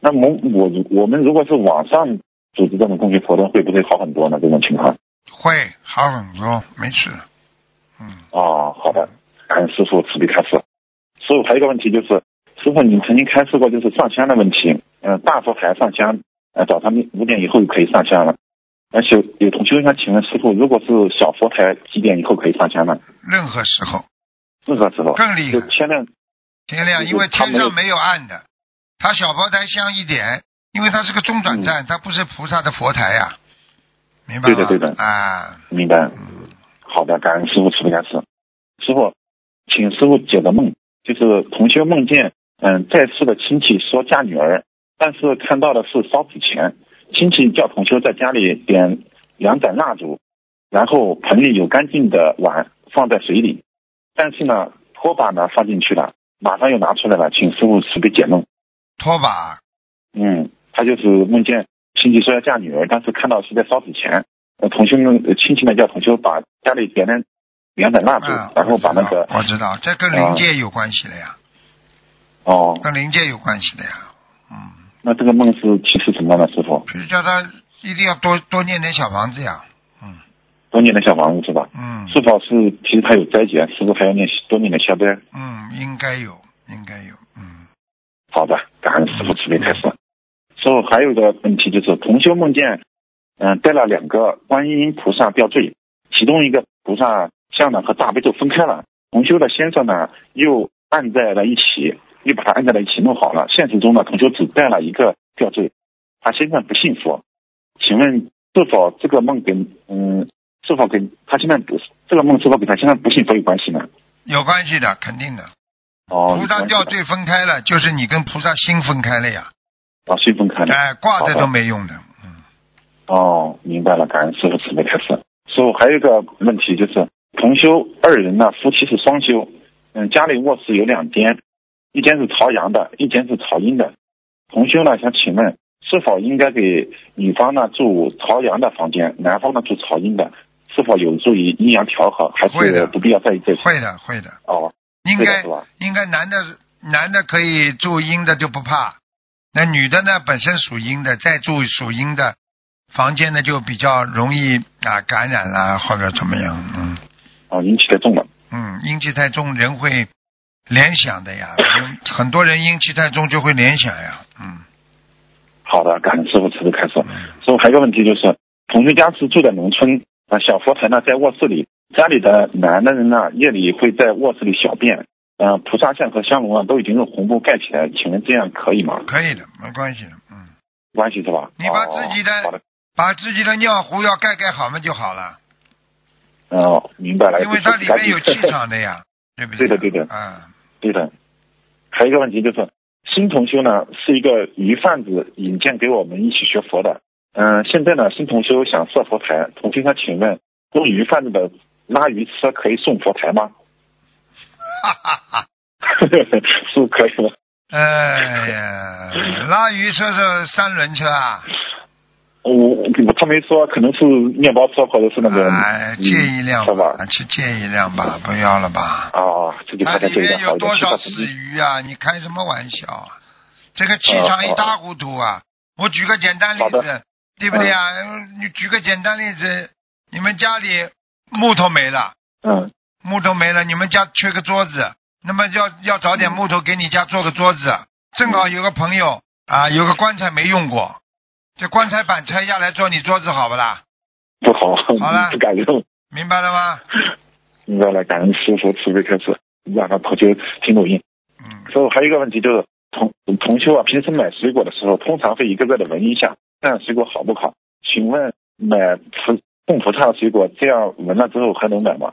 E: 那么我我们如果是网上组织这种公益活动，会不会好很多呢？这种情况
B: 会好很多，没事。嗯，
E: 哦，好的，感恩师傅慈悲开示。师傅还有一个问题就是，师傅你曾经开示过就是上香的问题，嗯、大佛台上香，呃，早上五点以后可以上香了。而且有同学想请问师傅，如果是小佛台几点以后可以上香呢？
B: 任何时候
E: 任何时候，
B: 更厉
E: 就
B: 害。
E: 前两
B: 天亮，因为天上没有暗的，它小炮台香一点，因为它是个中
E: 嗯
B: 转站，它不是菩萨的佛台呀、明白吗？
E: 对的对的
B: 啊，
E: 明白。
B: 嗯，
E: 好的，感恩师傅慈悲加持。师傅，请师傅解个梦，就是同修梦见，嗯，在世的亲戚说嫁女儿，但是看到的是烧纸钱，亲戚叫同修在家里点两盏蜡烛，然后盆里有干净的碗放在水里，但是呢，拖把呢放进去了，马上又拿出来了，请师傅慈悲解梦。
B: 拖把
E: 嗯，他就是梦见亲戚说要嫁女儿，但是看到是在烧纸钱。呃，同修们呃亲戚们叫同修把家里点燃两盏蜡烛，
B: 啊，
E: 然后把那个
B: 我知道我知道，这跟灵界有关系的呀，
E: 哦，
B: 跟灵界有关系的呀，嗯，
E: 那这个梦是提示什么呢？师傅，
B: 就是叫他一定要多多念点小房子呀，嗯
E: 多念的小房子是吧？
B: 嗯
E: 是否是提示他有灾劫？是不是还要念多念的消灾？
B: 嗯，应该有，应该有，嗯，
E: 好的，感恩师傅慈悲开示。师傅还有一个问题就是，同修梦见，嗯、带了两个观音菩萨吊坠，其中一个菩萨像呢和大悲咒分开了，同修的先生呢又按在了一起，又把它按在了一起弄好了。现实中呢，同修只带了一个吊坠，他先生不信佛，请问是否这个梦跟嗯是否跟他现在不这个梦是否跟他现在不信佛有关系呢？
B: 有关系的，肯定的。
E: 哦，
B: 菩萨吊
E: 有关系
B: 坠
E: 的
B: 分开了，就是你跟菩萨心分开了呀，
E: 哦，信分开了。
B: 哎，挂着
E: 好的
B: 都没用的，嗯。
E: 哦，明白了，感恩师傅慈悲开示。师傅还有一个问题就是，同修二人呢，夫妻是双修，嗯，家里卧室有两间，一间是朝阳的，一间是朝阴的。同修呢想请问，是否应该给女方呢住朝阳的房间，男方呢住朝阴的？是否有助于阴阳调和，还
B: 会的
E: 是不必要在意这些？
B: 会的，会的，
E: 哦，
B: 应
E: 会的
B: 该
E: 是吧
B: 应该男的男的可以注阴的就不怕，那女的呢本身属阴的，再住属阴的房间呢就比较容易啊感染啦或者怎么样，嗯
E: 哦，阴气太重了。
B: 嗯，阴气太重人会联想的呀，人很多人阴气太重就会联想呀，嗯
E: 好的，感恩师傅慈悲开示。
B: 嗯
E: 所以还有一个问题就是，同学家是住在农村，啊，小佛台呢在卧室里，家里的男的人呢夜里会在卧室里小便，呃，菩萨像和香炉啊都已经用红布盖起来，请问这样可以吗？
B: 可以的，没关系的，嗯，
E: 没关系是吧？
B: 你把自己的
E: 哦、好的，
B: 把自己的尿壶要盖盖好嘛就好了，
E: 呃，明白了，
B: 因为
E: 就
B: 它
E: 是
B: 里
E: 赶
B: 面有
E: 紧
B: 气场的呀，对不
E: 对的对的
B: 啊。
E: 对的。还有一个问题就是，新同修呢是一个鱼贩子引荐给我们一起学佛的。嗯、现在呢新同修想设佛台，同修想请问，用鱼贩子的拉鱼车可以送佛台吗？
B: 哈哈哈。
E: 是不可以的。
B: 哎呀，拉鱼车是三轮车啊！
E: 我我他没说，可能是面包车或者是那个，
B: 哎，借一辆
E: 是吧？
B: 去借一辆吧，不要了吧。
E: 啊，这就
B: 它
E: 大家
B: 里
E: 就有
B: 面
E: 点
B: 有
E: 好一点
B: 多，
E: 去
B: 少
E: 到
B: 死鱼啊？你开什么玩笑啊？这个气场一塌糊涂啊！我举个简单例
E: 好嗯
B: 子，对不对啊？你举个简单例子，你们家里木头没了，
E: 嗯，
B: 木头没了，你们家缺个桌子，那么要要找
E: 嗯
B: 点木头给你家做个桌子。正好有个朋友啊，有个棺材没用过，这棺材板拆下来做你桌子好不啦？
E: 不好，
B: 好了
E: 不敢用。
B: 明白了吗？
E: 明白了，感恩师傅慈悲开始，让他同修听录音。
B: 嗯，
E: 所以还有一个问题就是，同同修啊，平时买水果的时候，通常会一个个的闻一下，看水果好不好。请问买菩供菩萨的水果，这样闻了之后还能买吗？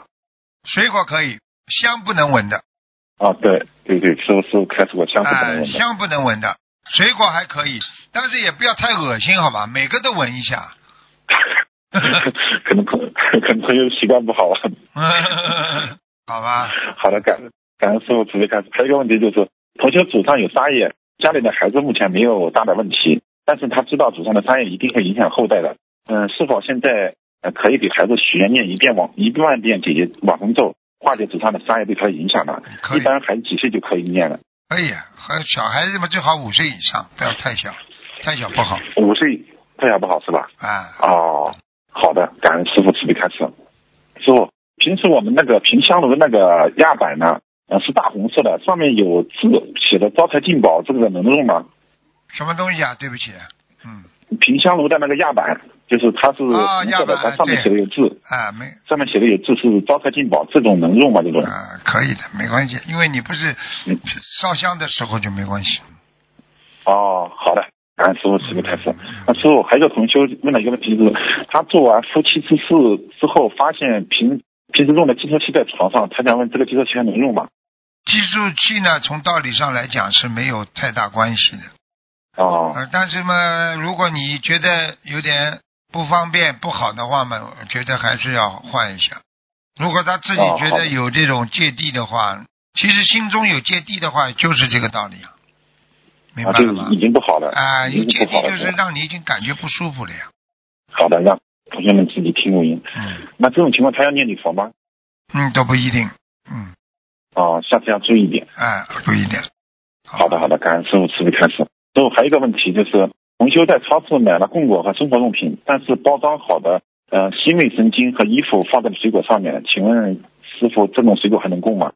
B: 水果可以，香不能闻的，
E: 啊，对对对，师傅师傅开始过香不能
B: 哎，
E: 闻的。
B: 香不能闻的，水果还可以，但是也不要太恶心，好吧？每个都闻一 下。
E: 可能朋可能朋友习惯不好啊。
B: 好吧，
E: 好的，感感恩师傅慈悲开示。还有一个问题就是，同学祖上有杀业，家里的孩子目前没有大的问题，但是他知道祖上的杀业一定会影响后代的。嗯，是否现在呃可以给孩子许愿念一遍往一万遍解决往生咒，化解祖上的杀业对他的影响呢？
B: 可
E: 一
B: 以，
E: 般孩子几岁就可以念了？
B: 可以。和小孩子嘛，最好五岁以上，不要太小，太小不好
E: 五岁这样不好是吧？
B: 啊。
E: 哦，好的，感恩师傅慈悲开示。师傅，平时我们那个平香炉的那个压板呢，呃，是大红色的，上面有字写的“招财进宝”，这个能用吗？
B: 什么东西啊？对不起，嗯，
E: 平香炉的那个压板，就是它是
B: 啊
E: 红
B: 压
E: 色的，
B: 板
E: 它上面
B: 对
E: 写的有字，
B: 啊，没
E: 上面写的有字是招财进宝，这种能用吗？这种
B: 啊，可以的，没关系，因为你不是
E: 嗯
B: 烧香的时候就没关系。
E: 哦，好的，感恩师傅慈悲开示。那师傅还有一个同修问了一个问题是，他做完夫妻之事之后，发现平平时用的计算器在床上，他想问这个计算器还能用吗？
B: 计数器呢，从道理上来讲是没有太大关系的。
E: 哦，
B: 呃，但是嘛，如果你觉得有点不方便、不好的话嘛，我觉得还是要换一下。如果他自己
E: 哦
B: 觉
E: 好
B: 得
E: 的
B: 有这种芥蒂的话，其实心中有芥蒂的话，就是这个道理啊，明
E: 啊，
B: 白
E: 这
B: 了
E: 个
B: 吗？
E: 已经不好了
B: 啊，有
E: 已
B: 芥
E: 经不
B: 蒂
E: 好了。
B: 就是
E: 吧
B: 让你已经感觉不舒服了呀。
E: 好的，让同学们自己听录音。
B: 嗯
E: 那这种情况他要念礼佛吗？
B: 嗯，都不一定。嗯，
E: 哦，下次要注意一点。
B: 哎，不一定。
E: 好的，好的，感恩师傅慈悲开示。最后还有一个问题就是，同修在超市买了供果和生活用品，但是包装好的呃新卫生巾和衣服放在了水果上面，请问师傅这种水果还能供吗？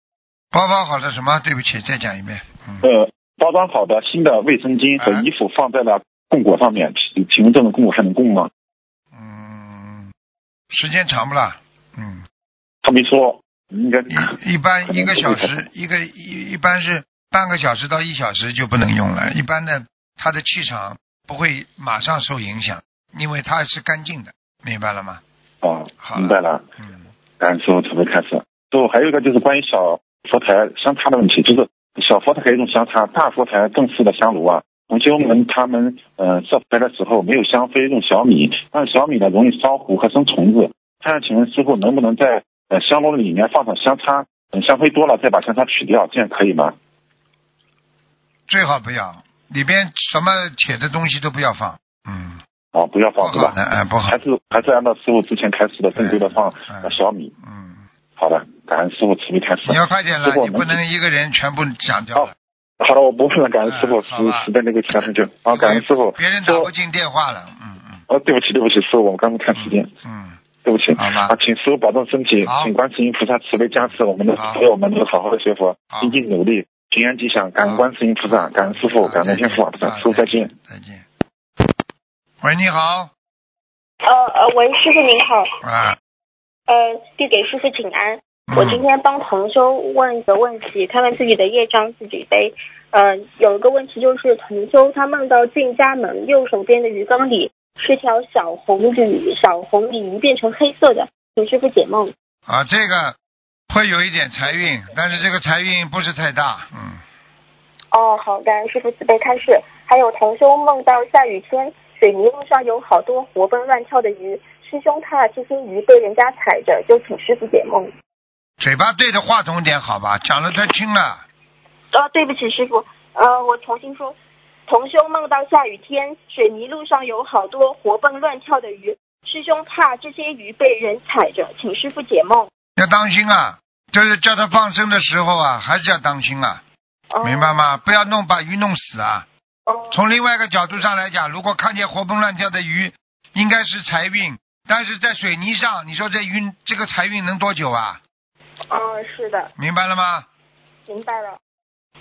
B: 包包好了什么？对不起，再讲一遍。嗯，
E: 呃，包装好的新的卫生巾
B: 啊
E: 和衣服放在了供果上面，请请问这种供果还能供吗？
B: 嗯，时间长不啦？嗯。
E: 他没说，应该
B: 一一般一个小时，一个一一般是半个小时到一小时就不能用了。一般的，它的气场不会马上受影响，因为它是干净的，明白了吗？
E: 啊
B: 好，了
E: 明白了。
B: 嗯，
E: 感恩师傅慈悲开示。最后还有一个就是关于小佛台相差的问题，就是小佛台可以用相差，大佛台正式的香炉啊，同修们他们呃设佛台的时候没有香灰，用小米，但是小米呢容易烧糊和生虫子。看请问师傅能不能在呃香炉里面放上香插，等香灰多了再把香插取掉，这样可以吗？
B: 最好不要里边什么铁的东西都不要放，嗯，
E: 啊，不要
B: 不
E: 放是
B: 好
E: 吧
B: 的，？哎，不好
E: 还，是还是按照师傅之前开始的正规的放
B: 嗯
E: 呃小米。
B: 嗯，
E: 好的，感恩师傅慈悲开示
B: 你。要快点了
E: 如，果
B: 你不
E: 能
B: 能一个人全部讲掉了，
E: 好了，我不问了，感恩师傅，
B: 嗯好吧哎
E: 时时间那个其他同学啊，感恩师傅。
B: 别人打不进电话了，嗯嗯
E: 哦，对不起，对不起，师傅，我刚刚看时间，
B: 嗯，
E: 对不起。
B: 好吧
E: 啊，请师傅保重身体
B: 好，
E: 请观世音菩萨慈悲加持我们的
B: 好
E: 所有，我们都好好的学佛
B: 好，
E: 精进努力，平安吉祥，感
B: 好
E: 恩观世音菩萨，感恩师傅，感恩天父，菩萨，师傅再见。，
B: 再见。喂，你好，
F: 呃呃，喂，师傅您好，
B: 啊，
F: 呃，弟给师傅请安。我今
B: 嗯
F: 天帮同修问一个问题，他们自己的业障自己背。呃，有一个问题就是同修他梦到进家门右手边的鱼缸里是条小红鲤，小红鲤鱼变成黑色的，请师傅解梦。
B: 啊，这个会有一点财运，但是这个财运不是太大，嗯，
F: 哦，好的，师傅慈悲开示。还有同修梦到下雨天，水泥路上有好多活蹦乱跳的鱼，师兄他把这些鱼被人家踩着，就请师傅解梦。
B: 嘴巴对着话筒点好吧，讲的太轻啊了，
F: 呃，对不起，师傅，呃，我重新说，同修梦到下雨天，水泥路上有好多活蹦乱跳的鱼，师兄怕这些鱼被人踩着，请师傅解梦。
B: 要当心啊，就是叫他放生的时候啊，还是要当心啊，
F: 哦
B: 明白？吗？不要弄把鱼弄死啊。
F: 哦，
B: 从另外一个角度上来讲，如果看见活蹦乱跳的鱼，应该是财运，但是在水泥上，你说这运这个财运能多久啊？
F: 呃，是的，
B: 明白了吗？
F: 明白了。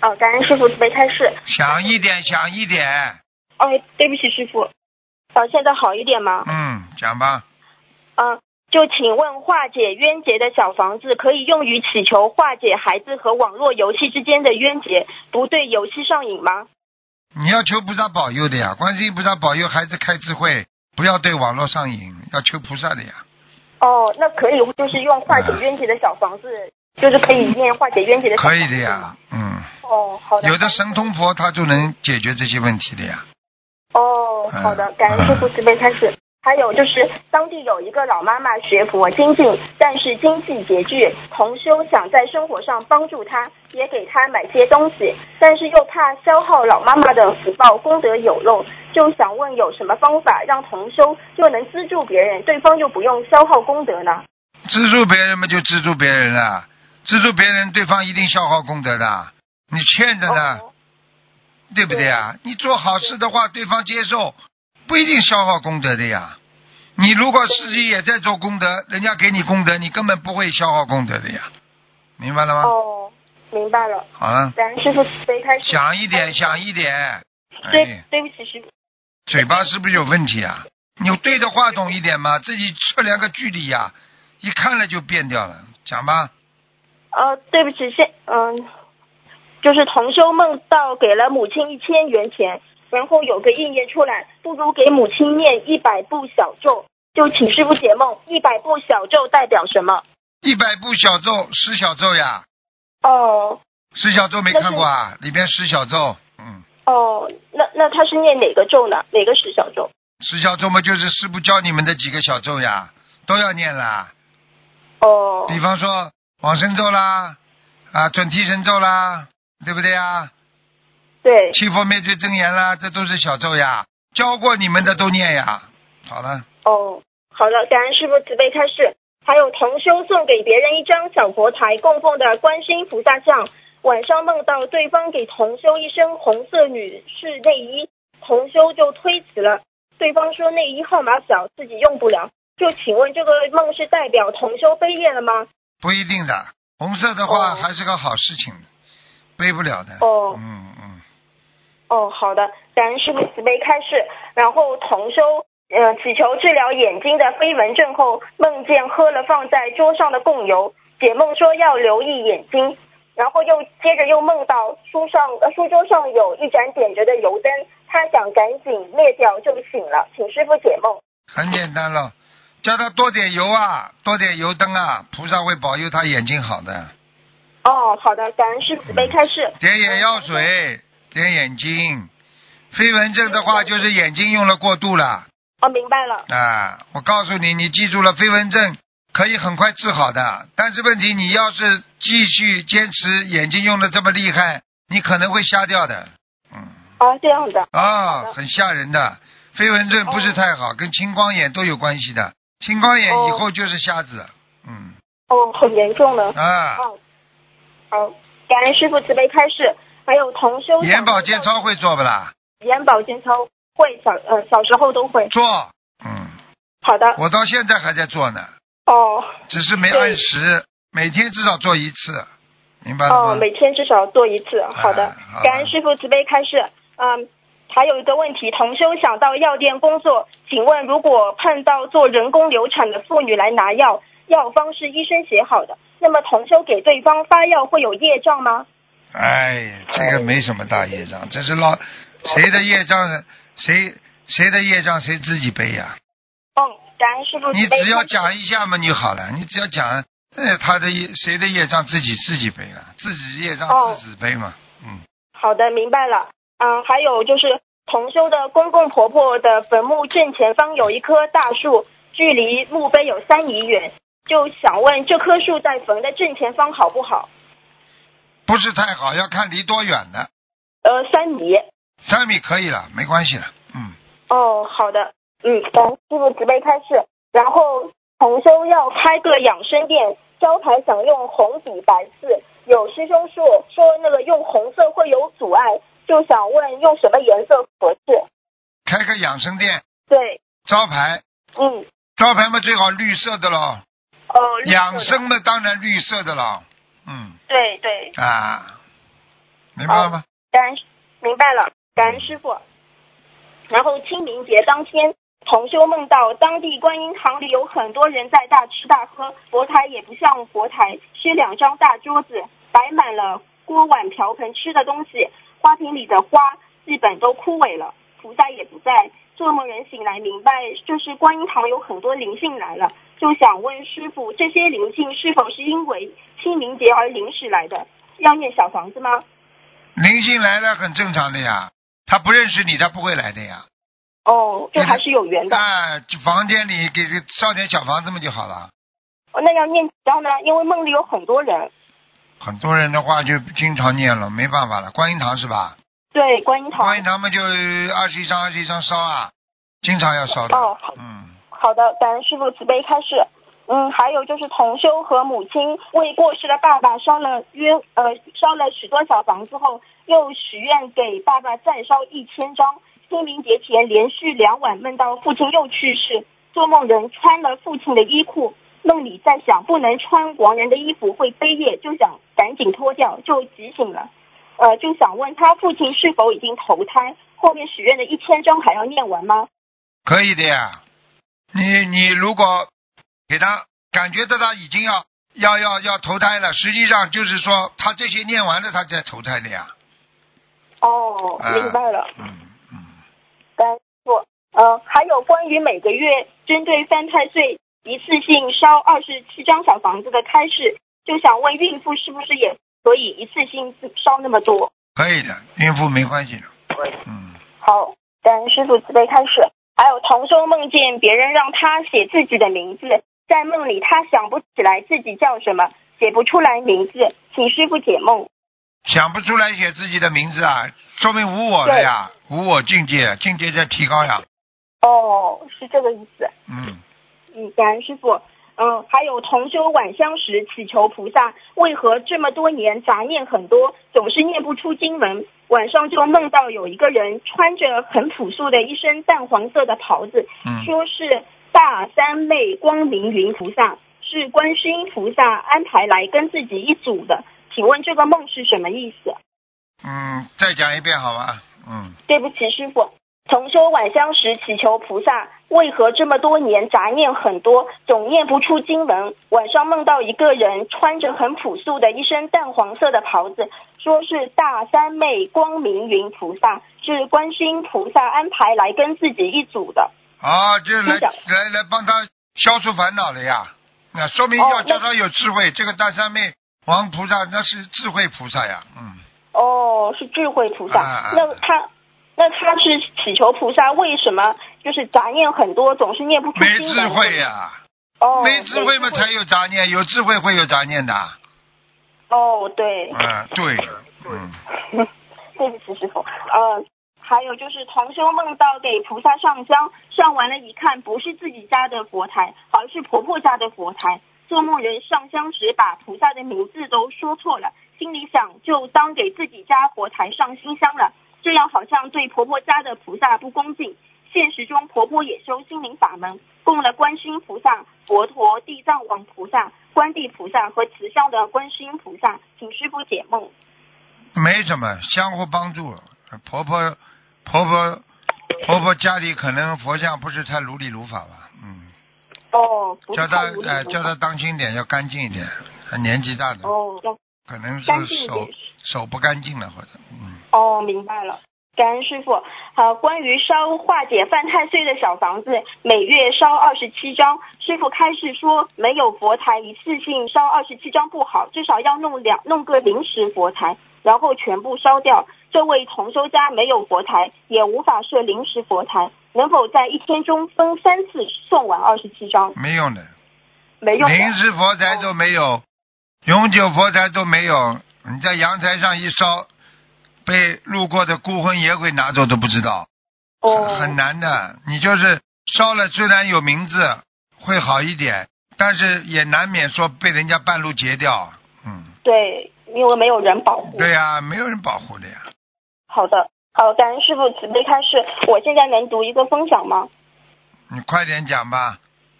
F: 哦，感恩师傅慈悲开示。
B: 想一点，想一点，
F: 哦，对不起，师傅。呃，现在好一点吗？
B: 嗯，讲吧，
F: 嗯、就请问化解冤结的小房子可以用于祈求化解孩子和网络游戏之间的冤结，不对游戏上瘾吗？
B: 你要求菩萨保佑的呀，观世音菩萨保佑孩子开智慧，不要对网络上瘾，要求菩萨的呀，
F: 哦，那可以，就是用化
B: 嗯
F: 解冤结的小房子，就是可以念化解冤结的小房
B: 可
F: 子
B: 以的
F: 吗。
B: 呀，嗯，
F: 哦，好的。
B: 有的神通佛他就能解决这些问题的呀，
F: 哦，好
B: 嗯
F: 的，感恩师傅慈悲开始。还有就是，当地有一个老妈妈学佛精进，但是经济拮据，同修想在生活上帮助她，也给她买些东西，但是又怕消耗老妈妈的福报，功德有漏，就想问有什么方法让同修又能资助别人，对方又不用消耗功德呢？
B: 资助别人嘛就资助别人了，资助别人对方一定消耗功德的，啊你欠着呢，
F: 哦
B: 对不对呀？你做好事的话，对方接受，不一定消耗功德的呀。你如果自己也在做功德，人家给你功德，你根本不会消耗功德的呀，明白了吗？
F: 哦，明白了。
B: 好了，
F: 感恩师傅慈悲开始。
B: 想一点，想一点。
F: 对
B: 哎，
F: 对不起，师傅。
B: 嘴巴是不是有问题啊？你对着话筒一点嘛，自己测量个距离呀、一看了就变掉了。讲吧，
F: 呃，对不起，现嗯、就是同修梦到给了母亲一千元钱，然后有个意念出来，不如给母亲念一百部小咒，就请师傅解梦，一百部小咒代表什么？
B: 一百部小咒，十小咒呀，
F: 哦
B: 十小咒没看过啊？里边十小咒，嗯，
F: 哦，那那他是念哪个咒呢？哪个十小咒？
B: 十小咒嘛，就是师傅教你们的几个小咒呀，都要念啦。
F: 哦
B: 比方说往生咒啦，啊，准提神咒啦，对不对啊？
F: 对，
B: 七佛灭罪真言啦，这都是小咒呀，教过你们的都念呀。好了，
F: 哦，好的，感恩师傅慈悲开示。还有同修送给别人一张小佛台供奉的观世音菩萨像，晚上梦到对方给同修一身红色女士内衣，同修就推辞了。对方说内衣号码小，自己用不了。就请问这个梦是代表同修飞业了吗？
B: 不一定的，红色的话
F: 哦
B: 还是个好事情的，背不了的。
F: 哦
B: 嗯嗯，
F: 哦，好的，感恩师傅慈悲开示。然后同修，呃，祈求治疗眼睛的飞蚊症后，梦见喝了放在桌上的供油，解梦说要留意眼睛，然后又接着又梦到书上、呃、书桌上有一盏点着的油灯，他想赶紧灭掉就醒了，请师傅解梦。
B: 很简单了，叫他多点油啊，多点油灯啊，菩萨会保佑他眼睛好的。
F: 哦，好的，感恩师傅慈悲开示。
B: 点眼药水，点眼睛。飞蚊症的话，就是眼睛用了过度了。
F: 哦，明白了。
B: 啊，我告诉你，你记住了，飞蚊症可以很快治好的，但是问题你要是继续坚持眼睛用的这么厉害，你可能会瞎掉的。嗯，
F: 啊，这样的。
B: 啊
F: 好，的
B: 很吓人的。飞蚊症不是太好，跟青光眼都有关系的。青光眼以
F: 哦
B: 后就是瞎子。嗯，
F: 哦，很严重了。
B: 啊，
F: 哦，好，感恩师傅慈悲开示。还有同修想
B: 眼保健操会做不啦？
F: 眼保健操会小呃小时候都会。
B: 做。嗯，
F: 好的，
B: 我到现在还在做呢，
F: 哦
B: 只是没
F: 对
B: 按时，每天至少做一次，明白了
F: 哦，
B: 吗？
F: 每天至少做一次。好的
B: 嗯哎好，的
F: 感恩师傅慈悲开示。嗯，还有一个问题，同修想到药店工作，请问如果碰到做人工流产的妇女来拿药，药方是医生写好的，那么同修给对方发药会有业障吗？
B: 哎，这个没什么大业障，这是
F: 哦
B: 老谁的业障，谁谁的业障谁自己背呀、
F: 嗯，感恩师傅
B: 你
F: 慈悲开示。
B: 只要讲一下嘛，你好了，你只要讲，呃，他的业谁的业障自己自己背了，自己业障
F: 哦
B: 自己背嘛，嗯，
F: 好的，明白了。嗯，还有就是同修的公公婆婆的坟墓正前方有一棵大树，距离墓碑有三米远，就想问这棵树在坟的正前方好不好？
B: 不是太好，要看离多远的，
F: 呃，三米。
B: 三米可以了，没关系了，嗯，
F: 哦，好的，嗯，感恩师傅慈悲开示。然后同修要开个养生店，招牌想用红底白字，有师兄说说那个用红色会有阻碍，就想问用什么颜色合适？
B: 开个养生店，
F: 对，
B: 招牌
F: 嗯，
B: 招牌嘛最好绿色的喽，
F: 哦，绿色的
B: 养生嘛当然绿色的喽，嗯
F: 对对，
B: 啊，明白了吗？
F: 感恩明白了，感恩师傅。然后清明节当天，同修梦到当地观音堂里有很多人在大吃大喝，佛台也不像佛台，是两张大桌子，摆满了锅碗瓢盆吃的东西，花瓶里的花基本都枯萎了，菩萨也不在。做梦人醒来明白，这是观音堂有很多灵性来了，就想问师傅，这些灵性是否是因为清明节而临时来的？要念小房子吗？
B: 灵性来了很正常的呀，他不认识你，他不会来的呀。
F: 哦，就还是有缘的。
B: 哎，就房间里给给烧点小房子嘛就好了。
F: 哦那要念几张呢？因为梦里有很多人。
B: 很多人的话就经常念了，没办法了。观音堂是吧？
F: 对，观音堂。
B: 观音堂嘛就二十一张二十一张烧啊，经常要烧的。
F: 哦好
B: 嗯，
F: 好的，感恩师傅慈悲开示。嗯，还有就是同修和母亲为过世的爸爸烧了约呃烧了许多小房之后，又许愿给爸爸再烧一千张。清明节前连续两晚梦到父亲又去世，做梦人穿了父亲的衣裤，梦里在想不能穿亡人的衣服会背业，就想赶紧脱掉，就急醒了。嗯、呃，就想问他父亲是否已经投胎？后面许愿的一千张还要念完吗？
B: 可以的呀。你你如果给他感觉到他已经要要要要投胎了，实际上就是说他这些念完了，他才投胎的呀。
F: 哦，
B: 啊
F: 明白了，
B: 嗯嗯，
F: 感恩师傅。呃，还有关于每个月针对犯太岁一次性烧二十七张小房子的开示，就想问孕妇是不是也可以一次性烧那么多？
B: 可以的，孕妇没关系的。嗯，
F: 好，感恩师傅慈悲开始。还有同修梦见别人让他写自己的名字，在梦里他想不起来自己叫什么，写不出来名字，请师傅解梦。
B: 想不出来写自己的名字啊，说明无我了呀，无我境界了，境界在提高呀。
F: 哦，是这个意思。
B: 嗯，
F: 嗯，感恩师傅。嗯，还有同修晚香时祈求菩萨，为何这么多年杂念很多，总是念不出经文？晚上就梦到有一个人穿着很朴素的一身淡黄色的袍子，
B: 嗯
F: 说是大三昧光明云菩萨，是观世音菩萨安排来跟自己一组的。请问这个梦是什么意思？
B: 嗯，再讲一遍好吗？嗯，
F: 对不起，师傅。同修晚香时祈求菩萨，为何这么多年杂念很多，总念不出经文？晚上梦到一个人穿着很朴素的一身淡黄色的袍子，说是大三昧光明云菩萨，是观世音菩萨安排来跟自己一组的。
B: 啊，就来
F: 听讲
B: 来来帮他消除烦恼了呀。那说明
F: 哦
B: 要叫
F: 那
B: 他有智慧，这个大三昧王菩萨那是智慧菩萨呀。嗯，
F: 哦，是智慧菩
B: 啊
F: 萨。那他，那他是祈求菩萨，为什么就是杂念很多，总是念不出
B: 没
F: 经文？
B: 智慧呀、
F: 哦，
B: 没智慧嘛才有杂念，有智慧会有杂念的。
F: 哦，对。
B: 嗯，对，嗯，
F: 对不起，师傅。呃，还有就是同修梦到给菩萨上香，上完了，一看不是自己家的佛台，而是婆婆家的佛台。做梦人上香时把菩萨的名字都说错了，心里想就当给自己家佛台上新香了，这样好像对婆婆家的菩萨不恭敬。现实中，婆婆也修心灵法门，供了观世音菩萨、佛陀、地藏王菩萨、观地菩萨和慈祥的观世音菩萨，请师傅解梦。
B: 没什么，相互帮助。婆婆，婆婆，婆婆家里可能佛像不是太如理如法吧，嗯，
F: 哦，不
B: 叫
F: 是
B: 她
F: 太无理
B: 呃
F: 不
B: 叫她当心点，要干净一点。她年纪大了，
F: 哦，要
B: 可能是
F: 干净一
B: 手
F: 点。
B: 手不干净了，或者嗯，
F: 哦，明白了。感恩师傅。好，关于烧化解犯太岁的小房子，每月烧二十七张。师傅开示说，没有佛台一次性烧二十七张不好，至少要弄两弄个临时佛台，然后全部烧掉。这位同修家没有佛台，也无法设临时佛台，能否在一天中分三次送完二十七张？
B: 没用的，
F: 没用的。
B: 临时佛台都没有，永久佛台都没有，你在阳台上一烧，被路过的孤魂野鬼拿走都不知道。
F: 哦，
B: 很难的。你就是烧了，虽然有名字会好一点，但是也难免说被人家半路截掉。嗯，
F: 对，因为没有人保护。
B: 对啊呀、没有人保护的呀。
F: 好的，好，感恩师傅慈悲开示。我现在能读一个分享吗？
B: 你快点讲吧。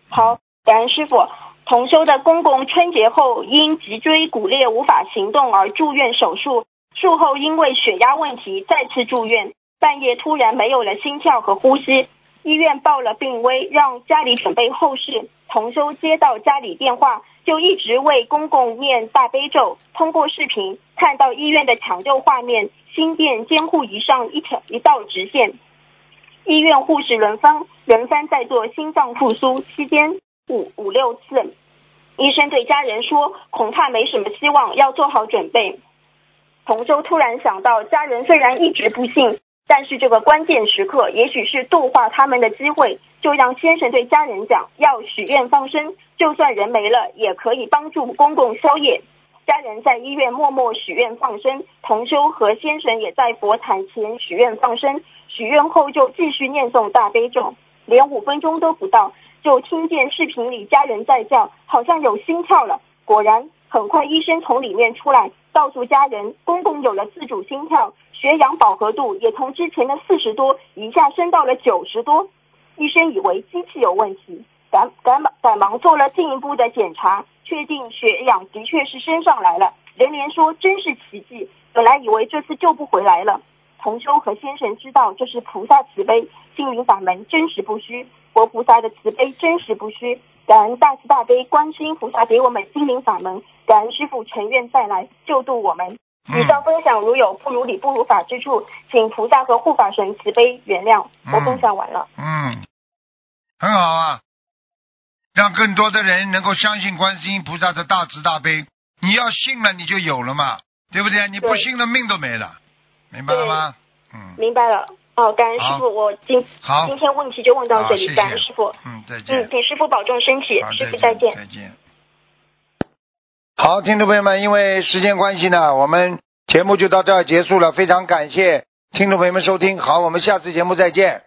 F: 好，感恩师傅。同修的公公春节后因脊椎骨裂无法行动而住院手术，术后因为血压问题再次住院，半夜突然没有了心跳和呼吸，医院报了病危，让家里准备后事。同修接到家里电话，就一直为公公念大悲咒。通过视频看到医院的抢救画面，心电监护仪上一条一道直线，医院护士轮番轮番在做心脏复苏，期间五五六次。医生对家人说，恐怕没什么希望，要做好准备。同舟突然想到，家人虽然一直不信，但是这个关键时刻，也许是度化他们的机会，就让先生对家人讲，要许愿放生，就算人没了，也可以帮助公公消业。家人在医院默默许愿放生，同修和先生也在佛坛前许愿放生。许愿后就继续念诵大悲咒，连五分钟都不到，就听见视频里家人在叫，好像有心跳了。果然，很快医生从里面出来，告诉家人，公公有了自主心跳，血氧饱和度也从之前的四十多一下升到了九十多。医生以为机器有问题，赶赶忙赶忙做了进一步的检查，确定血氧的确是升上来了。人连说真是奇迹，本来以为这次救不回来了。同修和先生知道这是菩萨慈悲，星云法门真实不虚，活菩萨的慈悲真实不虚。感恩大慈大悲观世音菩萨给我们心灵法门，感恩师父诚愿再来救度我们。
B: 嗯
F: 以上分享如有不如理、不如法之处，请菩萨和护法神慈悲原谅。我分享完了。
B: 嗯，很好啊，让更多的人能够相信观世音菩萨的大慈大悲。你要信了，你就有了嘛，对不对？你不
F: 对
B: 信了，命都没了，明白了吗？嗯，
F: 明白了。哦，感恩师
B: 好
F: 傅，我今
B: 好
F: 今，天问题就问到
B: 好，
F: 这
B: 谢
F: 里，
B: 谢
F: 感恩师傅。，
B: 嗯，再见
F: 嗯，。请师傅保重身体
B: 好，，
F: 师傅再见。
B: 再见。好，听众朋友们，因为时间关系呢，我们节目就到这儿结束了。非常感谢听众朋友们收听，好，我们下次节目再见。